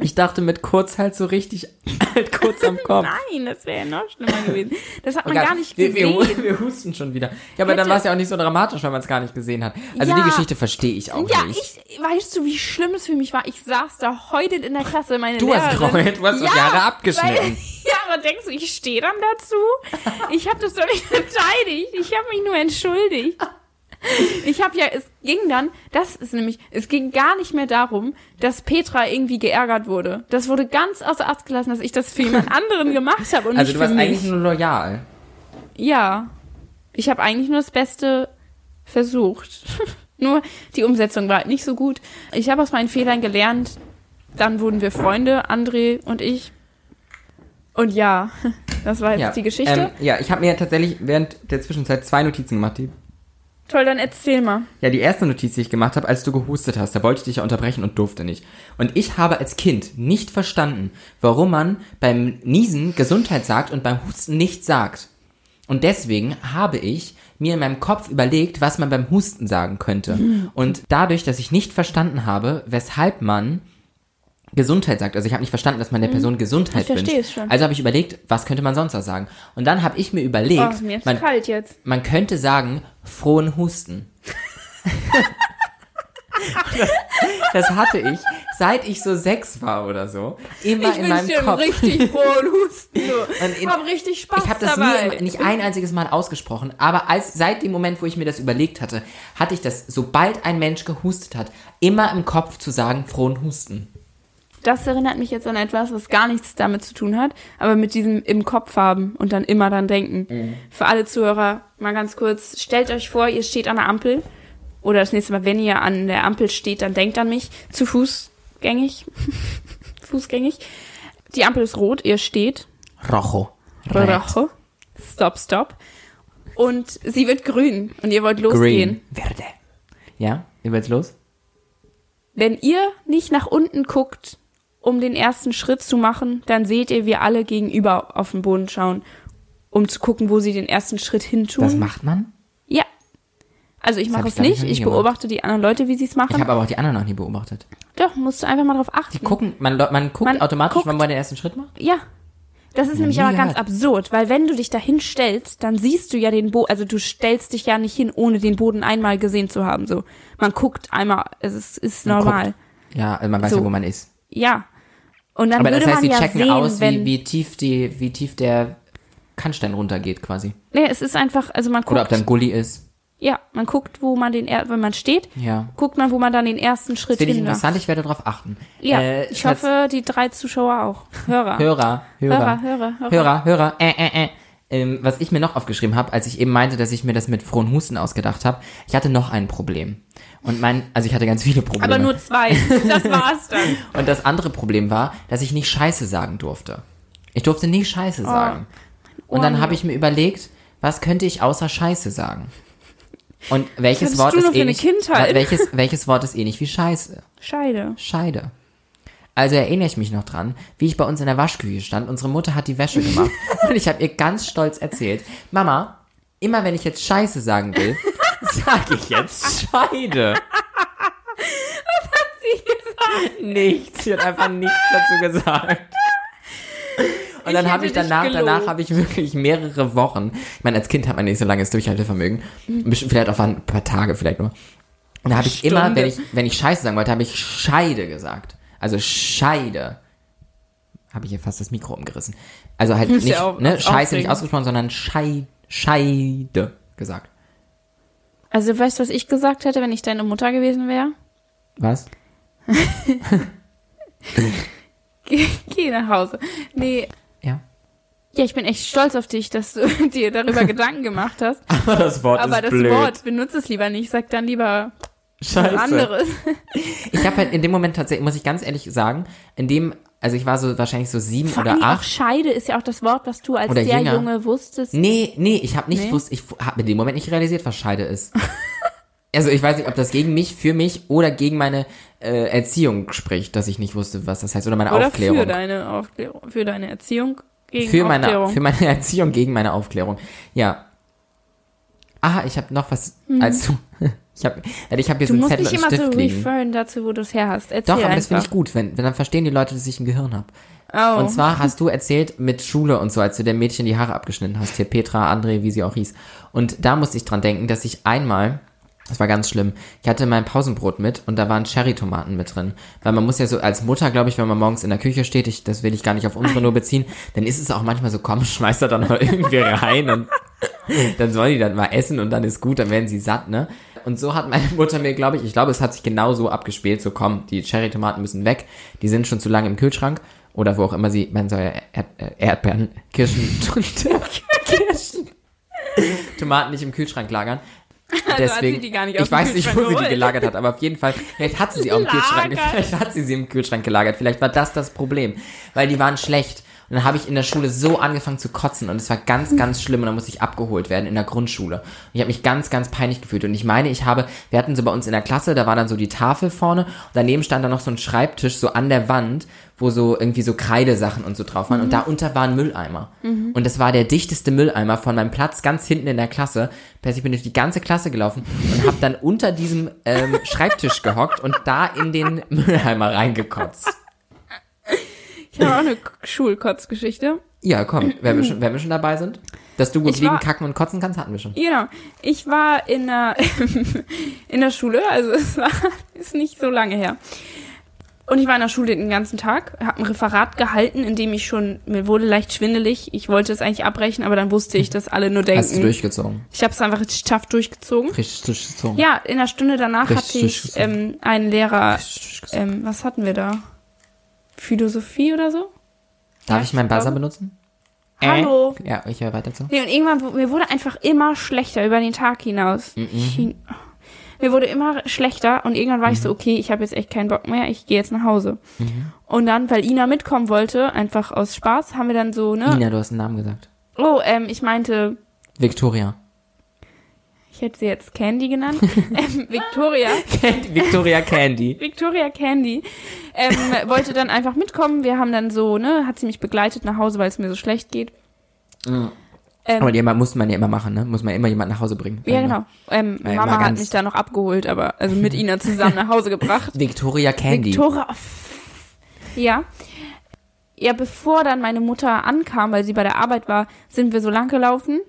ich dachte mit kurz halt so richtig halt kurz am Kopf.
Nein, das wäre ja noch schlimmer gewesen. Das hat man
Egal.
gar nicht
Oh wir, wir,
gesehen.
hu- wir husten schon wieder. Ja, aber dann
Hätte-
war es ja auch nicht so dramatisch, weil man es gar nicht gesehen hat. Also die
Ja.
Geschichte verstehe ich auch
Ja,
nicht.
ich, weißt du, wie schlimm es für mich war? Ich saß da heulend in der Klasse, meine
Du hast
Lehrerin.
geheult, du hast doch die Haare abgeschnitten.
Weil, ja, aber denkst du, ich stehe dann dazu? Ich habe das doch nicht verteidigt. Ich habe mich nur entschuldigt. Ich habe ja, es ging dann, das ist nämlich, es ging gar nicht mehr darum, dass Petra irgendwie geärgert wurde. Das wurde ganz außer Acht gelassen, dass ich das für jemand anderen gemacht habe und
also
nicht
du warst
für mich.
eigentlich nur loyal.
Ja. Ich habe eigentlich nur das Beste versucht. nur die Umsetzung war halt nicht so gut. Ich habe aus meinen Fehlern gelernt. Dann wurden wir Freunde, André und ich. Und ja, das war jetzt die Geschichte.
Ähm, ja, ich habe mir tatsächlich während der Zwischenzeit zwei Notizen gemacht. Die,
Toll, dann erzähl mal.
ja, die erste Notiz, die ich gemacht habe, als du gehustet hast, da wollte ich dich ja unterbrechen und durfte nicht. Und ich habe als Kind nicht verstanden, warum man beim Niesen Gesundheit sagt und beim Husten nicht sagt. Und deswegen habe ich mir in meinem Kopf überlegt, was man beim Husten sagen könnte. Und dadurch, dass ich nicht verstanden habe, weshalb man Gesundheit sagt, also ich habe nicht verstanden, dass man der Person Gesundheit
Mhm. Ich verstehe
wünscht.
es schon.
Also habe ich überlegt, was könnte man sonst noch sagen? Und dann habe ich mir überlegt,
Oh, mir ist
man,
kalt jetzt.
man könnte sagen, frohen Husten. das, das hatte ich, seit ich so sechs war oder so, immer in meinem Kopf.
richtig frohen Husten. So.
Und in-
hab richtig Spaß
ich habe das
dabei.
nie, im- nicht ein einziges Mal ausgesprochen, aber als seit dem Moment, wo ich mir das überlegt hatte, hatte ich das, sobald ein Mensch gehustet hat, immer im Kopf zu sagen, frohen Husten.
Das erinnert mich jetzt an etwas, was gar nichts damit zu tun hat, aber mit diesem im Kopf haben und dann immer dran denken. Für alle Zuhörer mal ganz kurz, stellt euch vor, ihr steht an der Ampel oder das nächste Mal, wenn ihr an der Ampel steht, dann denkt an mich, zu fußgängig, fußgängig. Die Ampel ist rot, ihr steht,
Rojo.
Rojo. stop, stop. Und sie wird grün und ihr wollt losgehen.
Green. Verde. Ja, wie wird's los?
Wenn ihr nicht nach unten guckt, um den ersten Schritt zu machen, dann seht ihr, wie alle gegenüber auf den Boden schauen, um zu gucken, wo sie den ersten Schritt hin tun.
Das macht man?
ja. Also ich
hab
mache
ich,
es
glaub ich,
nicht,
noch nie
ich
gemacht.
beobachte die anderen Leute, wie sie es
Ich
machen.
habe aber auch die anderen noch nie beobachtet.
Doch, musst du einfach mal drauf achten.
Gucken, man, lo- man guckt
Hm. Man
automatisch,
guckt.
wann man den ersten Schritt macht?
ja. Das ist nämlich
nie
aber ganz
gehört.
absurd, weil wenn du dich dahin stellst, dann siehst du ja den Boden, also du stellst dich ja nicht hin, ohne den Boden einmal gesehen zu haben. So, man guckt einmal, es ist, ist
Man
normal.
Guckt. Ja, also man weiß
So.
ja, wo man ist.
Ja. Und dann
Aber
würde
das heißt,
man
sie
ja
checken
sehen,
aus,
wenn
wie, wie tief die, wie tief der Kannstein runtergeht quasi.
Nee, es ist einfach, also man guckt,
Oder ob da ein Gully ist.
ja, man guckt, wo man den, er wenn man steht,
Ja.
guckt man, wo man dann den ersten Schritt
Finde ich
hin macht.
interessant, ich werde darauf achten.
Ja,
Äh,
ich
Schatz-
hoffe, die drei Zuschauer auch. Hörer.
Hörer, Hörer,
Hörer, Hörer,
Hörer,
Hörer.
Hörer, äh, äh, äh. Ähm, was ich mir noch aufgeschrieben habe, als ich eben meinte, dass ich mir das mit frohen Husten ausgedacht habe, ich hatte noch ein Problem. Und mein, also ich hatte ganz viele Probleme.
Aber nur zwei. Das war's dann.
Und das andere Problem war, dass ich nicht Scheiße sagen durfte. Ich durfte nie
Oh.
Scheiße sagen. Und dann
Ohren.
habe ich mir überlegt, was könnte ich außer Scheiße sagen? Und welches
hattest
Wort
du
ist
nur für eine
ähnlich
Kindheit.
welches welches Wort ist ähnlich wie Scheiße?
Scheide.
Scheide. Also erinnere ich mich noch dran, wie ich bei uns in der Waschküche stand. Unsere Mutter hat die Wäsche gemacht und ich habe ihr ganz stolz erzählt, Mama, immer wenn ich jetzt Scheiße sagen will, Sag ich jetzt, scheide. Nichts, sie hat einfach nichts dazu gesagt. Und dann
hätte
habe ich
dich
danach,
gelobt.
danach habe ich wirklich mehrere Wochen, ich meine, als Kind hat man nicht so langes Durchhaltevermögen, bestimmt vielleicht auch ein paar Tage vielleicht nur. Und da habe ich immer,
Stunde.
wenn ich, wenn ich Scheiße sagen wollte, habe ich Scheide gesagt. Also Scheide. Habe ich hier fast das Mikro umgerissen. Also halt
Müsst ihr
nicht,
auch-
ne,
auch
Scheiße nicht
aufregen.
ausgesprochen, sondern Schei, Scheide gesagt.
Also weißt du, was ich gesagt hätte, wenn ich deine Mutter gewesen wäre?
Was?
Geh, geh nach Hause. Nee,
Ja.
ja, ich bin echt stolz auf dich, dass du dir darüber Gedanken gemacht hast.
Aber das Wort
Aber das Wort, benutze es lieber nicht, sag dann lieber was
Scheiße.
anderes.
Ich habe halt in dem Moment tatsächlich, muss ich ganz ehrlich sagen, in dem, also ich war so wahrscheinlich so sieben
Vor
oder
allem auch
acht.
Scheide ist ja auch das Wort, was du als
Oder
sehr
jünger.
Junge wusstest.
Nee, nee, ich habe nicht
Nee?
gewusst, ich habe in dem Moment nicht realisiert, was Scheide ist. also ich weiß nicht, ob das gegen mich, für mich oder gegen meine äh, Erziehung spricht, dass ich nicht wusste, was das heißt oder meine
Oder
Aufklärung.
für deine Aufklärung, für deine Erziehung gegen
für meine
Aufklärung.
für meine Erziehung gegen meine Aufklärung. Ja. Aha, ich habe noch was als du. Ich habe ich hab hier
Mhm. du
so einen
musst
Zettel
nicht
und
immer so
Stift liegen.
referen dazu, wo du es her hast. Erzähl
Doch, aber
einfach.
das finde ich gut, wenn, wenn dann verstehen die Leute, dass ich ein Gehirn habe.
Oh.
Und zwar hast du erzählt mit Schule und so, als du dem Mädchen die Haare abgeschnitten hast, hier Petra, André, wie sie auch hieß. Und da musste ich dran denken, dass ich einmal, das war ganz schlimm, ich hatte mein Pausenbrot mit und da waren Cherrytomaten mit drin. Weil man muss ja so als Mutter, glaube ich, wenn man morgens in der Küche steht, ich, das will ich gar nicht auf unsere nur beziehen, dann ist es auch manchmal so, komm, schmeiß da dann mal irgendwie rein und dann sollen die dann mal essen und dann ist gut, dann werden sie satt, ne? Und so hat meine Mutter mir, glaube ich, ich glaube, es hat sich genau so abgespielt, so komm, die Cherrytomaten müssen weg, die sind schon zu lange im Kühlschrank oder wo auch immer sie, man soll ja Erd, äh, Erdbeeren, Kirschen, Kirschen, Tomaten nicht im Kühlschrank lagern.
Also hat sie
Deswegen,
die gar nicht aus
ich
dem
weiß nicht, wo
Kühlschrank
sie die
geholt.
gelagert hat, aber auf jeden Fall, vielleicht hat sie sie auch im Kühlschrank,
Lagert.
vielleicht hat sie sie im Kühlschrank gelagert, vielleicht war das das Problem, weil die waren schlecht. Und dann habe ich in der Schule so angefangen zu kotzen und es war ganz, ganz schlimm und dann musste ich abgeholt werden in der Grundschule. Und ich habe mich ganz, ganz peinlich gefühlt und ich meine, ich habe, wir hatten so bei uns in der Klasse, da war dann so die Tafel vorne und daneben stand dann noch so ein Schreibtisch so an der Wand, wo so irgendwie so Kreidesachen und so drauf waren
Mhm.
und darunter war ein Mülleimer. Und das war der dichteste Mülleimer von meinem Platz ganz hinten in der Klasse. Das heißt, ich bin durch die ganze Klasse gelaufen und habe dann unter diesem ähm, Schreibtisch gehockt und da in den Mülleimer reingekotzt.
Ich habe auch eine K- Schulkotzgeschichte.
Ja, komm, wenn wir schon, wenn wir schon dabei sind. Dass du gut
Ich
liegen,
war-
kacken und kotzen kannst, hatten wir schon.
Genau. Ich war in der, in der Schule, also es war, ist nicht so lange her. Und ich war in der Schule den ganzen Tag, habe ein Referat gehalten, in dem ich schon, mir wurde leicht schwindelig. Ich wollte es eigentlich abbrechen, aber dann wusste ich, dass alle nur
Hast du
denken.
durchgezogen.
Ich habe es einfach scharf durchgezogen.
Richtig durchgezogen.
Ja, in der Stunde danach
Richtig
hatte ich
durchgezogen.
ähm, einen Lehrer,
Richtig durchgezogen.
ähm, was hatten wir da? Philosophie oder so?
Darf ich meinen Buzzer
glaube-
benutzen?
Hallo.
Äh? Ja, ich höre weiter zu.
Nee, und irgendwann, wu- mir wurde einfach immer schlechter über den Tag hinaus.
Mhm.
Ich hin- Mir wurde immer schlechter und irgendwann war ich
Mhm.
so, okay, ich habe jetzt echt keinen Bock mehr, ich gehe jetzt nach Hause. Und dann, weil Ina mitkommen wollte, einfach aus Spaß, haben wir dann so, ne?
Ina, du hast einen Namen gesagt.
Oh, ähm, ich meinte,
Victoria.
ich hätte sie jetzt Candy genannt. ähm, Victoria.
Candy, Victoria Candy.
Victoria Candy ähm, wollte dann einfach mitkommen. Wir haben dann so, ne, hat sie mich begleitet nach Hause, weil es mir so schlecht geht. Ähm,
Aber die immer- muss man ja immer machen, ne? Muss man immer jemanden nach Hause bringen.
ja, genau. Ähm,
Ja, immer
Mama hat
ganz-
mich da noch abgeholt, aber also mit Ina zusammen nach Hause gebracht.
Victoria Candy.
Victoria. Ja. Ja, bevor dann meine Mutter ankam, weil sie bei der Arbeit war, sind wir so lang gelaufen.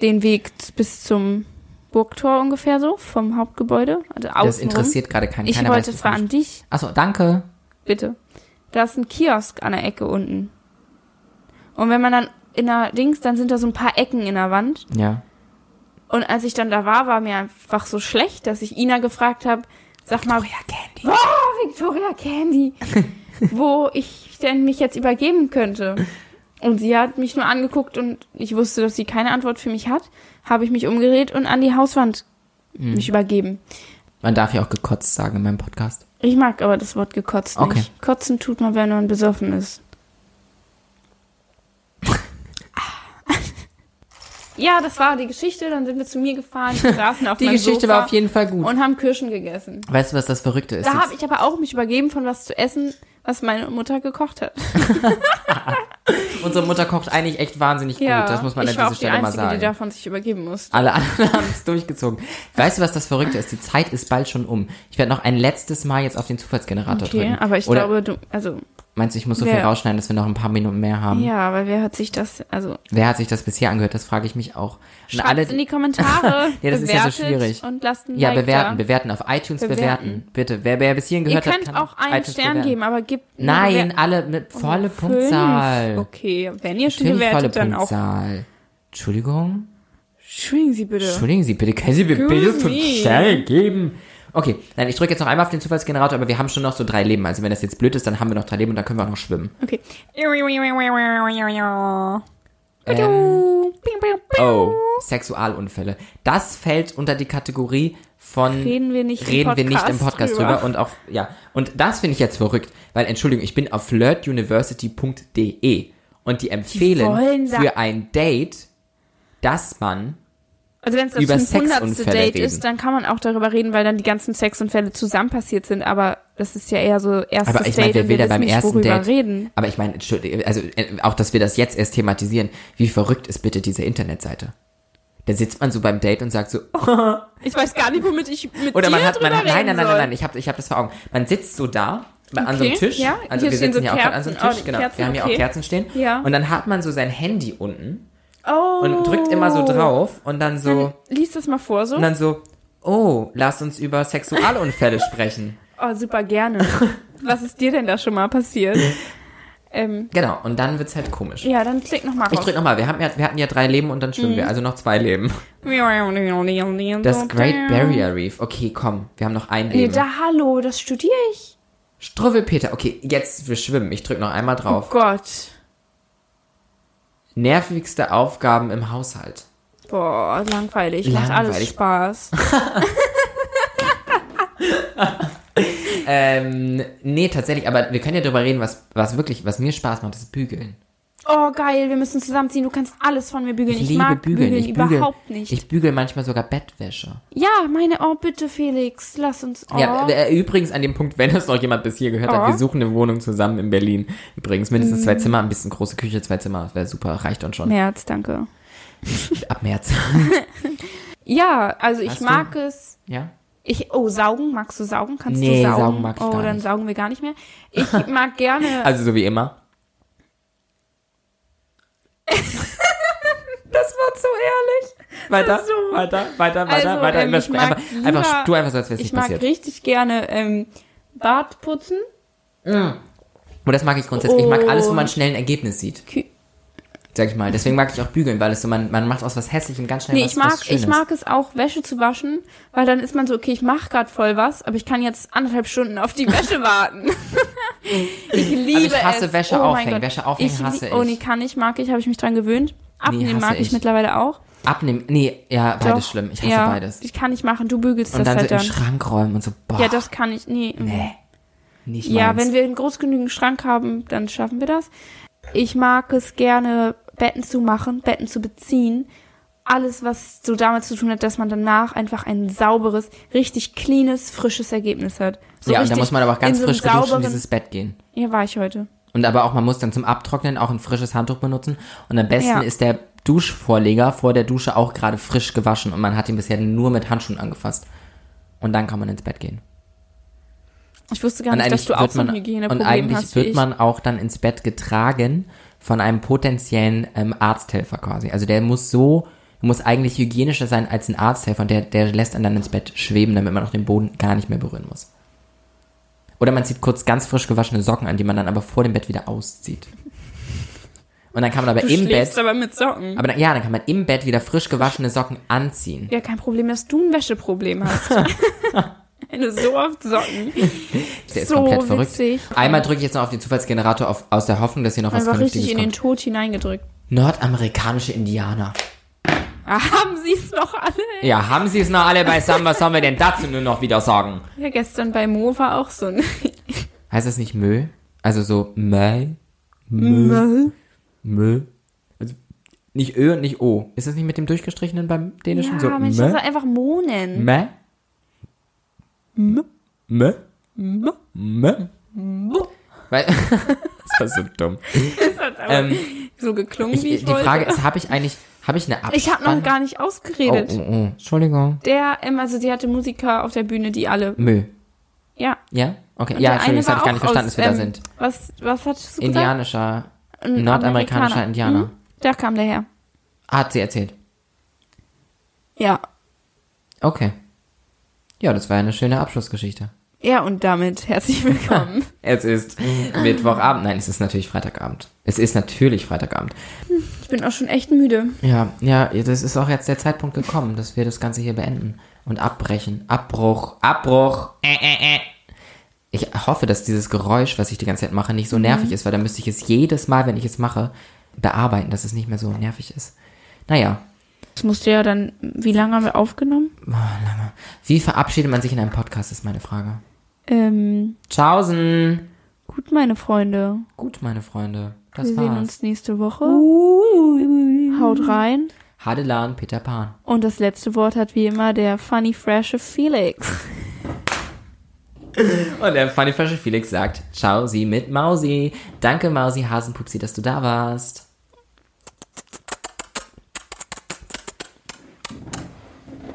Den Weg z- bis zum Burgtor ungefähr so, vom Hauptgebäude. Also außenrum.
das interessiert gerade keinen.
Ich
Keiner
wollte
weiß, wo
fragen dich,
Achso, danke.
bitte. Da ist ein Kiosk an der Ecke unten. Und wenn man dann in der Dings, dann sind da so ein paar Ecken in der Wand.
Ja.
Und als ich dann da war, war mir einfach so schlecht, dass ich Ina gefragt habe, sag mal,
Candy.
oh, Victoria Candy, wo ich denn mich jetzt übergeben könnte. Und sie hat mich nur angeguckt und ich wusste, dass sie keine Antwort für mich hat. Habe ich mich umgedreht und an die Hauswand mich übergeben.
Man darf ja auch gekotzt sagen in meinem Podcast.
Ich mag aber das Wort gekotzt
Okay.
nicht. Kotzen tut man, wenn man besoffen ist. ja, das war die Geschichte. Dann sind wir zu mir gefahren, wir saßen auf
Die
meinem
Geschichte
Sofa
war auf jeden Fall gut.
und haben Kirschen gegessen.
weißt du, was das Verrückte ist?
Da
Jetzt-
habe ich aber auch mich übergeben von was zu essen, was meine Mutter gekocht hat.
Unsere Mutter kocht eigentlich echt wahnsinnig
Ja,
gut, das muss man
ich
an
war
dieser
auch die
Stelle mal
Einzige, die
sagen. Ah,
davon sich übergeben musste.
Alle anderen haben es durchgezogen. Weißt du, was das Verrückte ist? Die Zeit ist bald schon um. Ich werde noch ein letztes Mal jetzt auf den Zufallsgenerator
Okay,
drücken.
aber ich
Oder
glaube, du, also,
Meinst du, ich muss so viel
Wer-
rausschneiden, dass wir noch ein paar Minuten mehr haben?
ja, weil wer hat sich das, also,
Wer hat sich das bisher angehört? Das frage ich mich auch. Und
schreibt in die Kommentare,
Ja, das
bewertet
ist ja so schwierig.
und lasst ein
ja,
Like
bewerten,
da.
bewerten auf iTunes bewerten.
Bewerten.
Bitte, wer, wer bis hierhin
Ihr
gehört hat,
könnt
kann
auch einen
iTunes
Stern
bewerten.
geben, aber gebt nur
Nein,
Bewer-
alle mit volle
Fünf.
Punktzahl.
Okay, wenn ihr schon
Natürlich volle
bewertet, dann auch.
Punktzahl. Entschuldigung?
Entschuldigen Sie bitte.
Entschuldigen Sie bitte, können Sie mir
Excuse
bitte fünf
me.
Sterne geben? Okay, nein, ich drücke jetzt noch einmal auf den Zufallsgenerator, aber wir haben schon noch so drei Leben. Also wenn das jetzt blöd ist, dann haben wir noch drei Leben und dann können wir auch noch schwimmen.
Okay.
Ähm,
Bing, bing, bing.
oh, Sexualunfälle. Das fällt unter die Kategorie von
Reden wir nicht im
reden wir nicht im
Podcast
Podcast drüber.
drüber.
und auch ja und das finde ich jetzt verrückt, weil Entschuldigung, ich bin auf flirtuniversity.de und die empfehlen
wollen da-
für ein Date, dass man
Also wenn es
über
das schon hundertste
Sexunfälle
Date
reden.
ist, dann kann man auch darüber reden, weil dann die ganzen Sexunfälle zusammen passiert sind. Aber das ist ja eher so erstes
Aber ich
Date
meine, wer
und
will
wir
da beim
wissen nicht,
ersten
worüber
Date?
reden.
Aber ich meine, Entschuldigung, also äh, auch, dass wir das jetzt erst thematisieren. Wie verrückt ist bitte diese Internetseite? Da sitzt man so beim Date und sagt so,
Ich weiß gar nicht, womit ich mit
oder
dir
man hat,
drüber
man hat, nein,
reden
nein, nein, nein,
soll.
nein, ich habe, ich habe das vor Augen. Man sitzt so da bei- an so einem
Okay,
Tisch.
ja.
Also
Hier
wir sitzen
stehen so
ja auch gerade an so einem
Kerzen.
Tisch.
Oh,
genau,
Kerzen,
wir haben ja auch
okay.
Kerzen stehen.
Ja.
Und dann hat man so sein Handy unten
Oh.
und drückt immer so drauf und dann so,
Lies das mal vor so.
und dann so, oh, lass uns über Sexualunfälle sprechen.
Oh, super gerne. Was ist dir denn da schon mal passiert? ähm,
Genau. Und dann wird's halt komisch.
ja, Mhm. dann klick nochmal
Ich
rauf.
drück nochmal, wir, haben ja, wir hatten ja drei Leben und dann schwimmen wir, also noch zwei Leben. Das Great Barrier Reef. Okay, komm, wir haben noch ein
Oh, Nee,
Leben.
da hallo, das studiere ich.
Struwwelpeter. Okay, jetzt wir schwimmen. Ich drück noch einmal drauf.
Oh Gott.
Nervigste Aufgaben im Haushalt.
Boah, langweilig. Macht
Langweilig.
alles Spaß.
Ähm, nee, tatsächlich, aber wir können ja drüber reden, was, was wirklich, was mir Spaß macht, ist Bügeln.
Oh, geil, wir müssen zusammenziehen. Du kannst alles von mir bügeln. Ich,
Ich, liebe
mag
Bügeln. Ich bügel,
überhaupt nicht.
Ich bügel manchmal sogar Bettwäsche.
ja, meine, oh, bitte, Felix, lass uns. Oh.
Ja, äh, übrigens an dem Punkt, wenn das noch jemand bis hier gehört hat,
Oh. Mm.
wir suchen eine Wohnung zusammen in Berlin. Übrigens, mindestens zwei Zimmer, ein bisschen große Küche, zwei Zimmer, das wäre super, reicht uns schon.
März, danke.
Ab März.
Ja, also ich
Hast du-
mag es.
ja?
Ich, oh, saugen, magst du saugen? Kannst
Nee,
du saugen?
saugen mag ich
oh,
gar
dann
nicht.
saugen wir gar nicht mehr. Ich mag gerne.
Also so wie immer. das war zu ehrlich. Weiter,
so-
weiter, weiter, weiter,
Also,
weiter.
ähm, ich
überspr-
mag
einfach, einfach,
lieber-
du einfach so, als wäre es
ich
nicht
mag
passiert.
richtig gerne ähm, Bart putzen.
Und das mag ich grundsätzlich. Ich mag alles, wo man
Und-
schnell ein Ergebnis sieht.
Kü-
Sag ich mal. Deswegen mag ich auch bügeln, weil es so, man, man macht aus was Hässlichem ganz schnell
Nee,
was,
ich mag,
was Schönes.
ich mag es auch, Wäsche zu waschen, weil dann ist man so, okay, ich mache gerade voll was, aber ich kann jetzt anderthalb Stunden auf die Wäsche warten. ich liebe
ich hasse
es.
Wäsche
oh mein
aufhängen.
Gott.
Wäsche aufhängen
ich,
hasse
lie- Oh,
ich.
nee, kann ich, mag ich, habe ich mich dran gewöhnt. Abnehmen
hasse
mag ich.
ich.
mittlerweile auch.
Abnehmen. Nee, ja, beides
Doch,
schlimm. Ich hasse
ja,
beides.
Ich kann nicht machen, du bügelst
Und
das
dann so
halt
im
dann.
Schrank räumen und so, boah,
Ja, das kann ich, nee.
nee, nicht
ja,
meins.
wenn wir einen groß genügend Schrank haben, dann schaffen wir das. Ich mag es gerne, Betten zu machen, Betten zu beziehen. Alles, was so damit zu tun hat, dass man danach einfach ein sauberes, richtig cleanes, frisches Ergebnis hat. So
ja, und da
richtig
muss man aber auch
in
ganz
so einem
frisch geduscht in
sauberen-
dieses Bett gehen.
Hier war ich heute.
Und aber auch, man muss dann zum Abtrocknen auch ein frisches Handtuch benutzen. Und am besten
Ja.
ist der Duschvorleger vor der Dusche auch gerade frisch gewaschen und man hat ihn bisher nur mit Handschuhen angefasst. Und dann kann man ins Bett gehen.
Ich wusste gar
Und
nicht, dass
eigentlich,
du auch
wird
so ein
man, und
Hygieneproblem
eigentlich
hast wie
wird
ich.
man auch dann ins Bett getragen von einem potenziellen ähm, Arzthelfer quasi. Also der muss so, muss eigentlich hygienischer sein als ein Arzthelfer und der, der lässt einen dann ins Bett schweben, damit man auch den Boden gar nicht mehr berühren muss. Oder man zieht kurz ganz frisch gewaschene Socken an, die man dann aber vor dem Bett wieder auszieht. Und dann kann man aber
du
im
schläfst
Bett,
aber mit Socken.
aber dann, ja, dann kann man im Bett wieder frisch gewaschene Socken anziehen.
ja, kein Problem, dass du ein Wäscheproblem hast. Wenn du so oft Socken.
Der ist
so
komplett verrückt.
witzig.
Einmal drücke ich jetzt noch auf den Zufallsgenerator auf, aus der Hoffnung, dass hier noch was
Einfach
Vernünftiges
richtig in
kommt.
den Tod hineingedrückt.
Nordamerikanische Indianer.
Ah, haben sie es noch alle?
Ja, haben Sie es noch alle beisammen? Was sollen wir denn dazu nur noch wieder sagen?
Ja, gestern bei Mo war auch so ein
Heißt das nicht Mö? Also so Mö? Mö? Mö? Also nicht Ö und nicht O. Ist das nicht mit dem durchgestrichenen beim Dänischen so? ne? Hm.
Ja, Mensch,
Mö?
das war einfach Monen.
Mö? Mö? Mö? Mö? Mö? Weil, das Das ist so dumm. Ähm,
Das hat aber so geklungen,
Ich,
wie ich
die
wollte.
Frage ist, habe ich eigentlich, habe ich eine Abspann?
ich habe noch gar nicht
Oh,
ausgeredet.
oh, oh. Entschuldigung.
Der, ähm, also sie hatte Musiker auf der Bühne, die alle,
Mö.
ja.
Ja? Okay.
Und
ja,
der eine
Entschuldigung, das habe ich
war
gar nicht verstanden,
auch aus,
dass wir da
ähm,
sind.
Was, was hattest du gesagt?
Indianischer,
Ein
nordamerikanischer Indianer.
Mhm. Da kam der her.
Hat sie erzählt.
Ja.
Okay. Ja, das war ja eine schöne Abschlussgeschichte.
Ja, und damit herzlich willkommen.
Es ist Mittwochabend. Nein, es ist natürlich Freitagabend. Es ist natürlich Freitagabend.
ich bin auch schon echt müde.
Ja, ja, das ist auch jetzt der Zeitpunkt gekommen, dass wir das Ganze hier beenden und abbrechen. Abbruch, Abbruch. Äh, äh, äh. Ich hoffe, dass dieses Geräusch, was ich die ganze Zeit mache, nicht so nervig ist, weil dann müsste ich es jedes Mal, wenn ich es mache, bearbeiten, dass es nicht mehr so nervig ist. Naja, oh,
Das musste ja dann, wie lange haben wir aufgenommen?
wie verabschiedet man sich in einem Podcast, ist meine Frage.
Ähm,
Tschaußen.
gut, meine Freunde.
Gut, meine Freunde.
Wir
Das
sehen
war's.
uns nächste Woche. Haut rein.
Hadelan, Peter Pan.
Und das letzte Wort hat wie immer der funny freshe Felix.
Und der Funny Fresh Felix sagt, ciao, sie mit Mausi. Danke, Mausi Hasenpupsi, dass du da warst.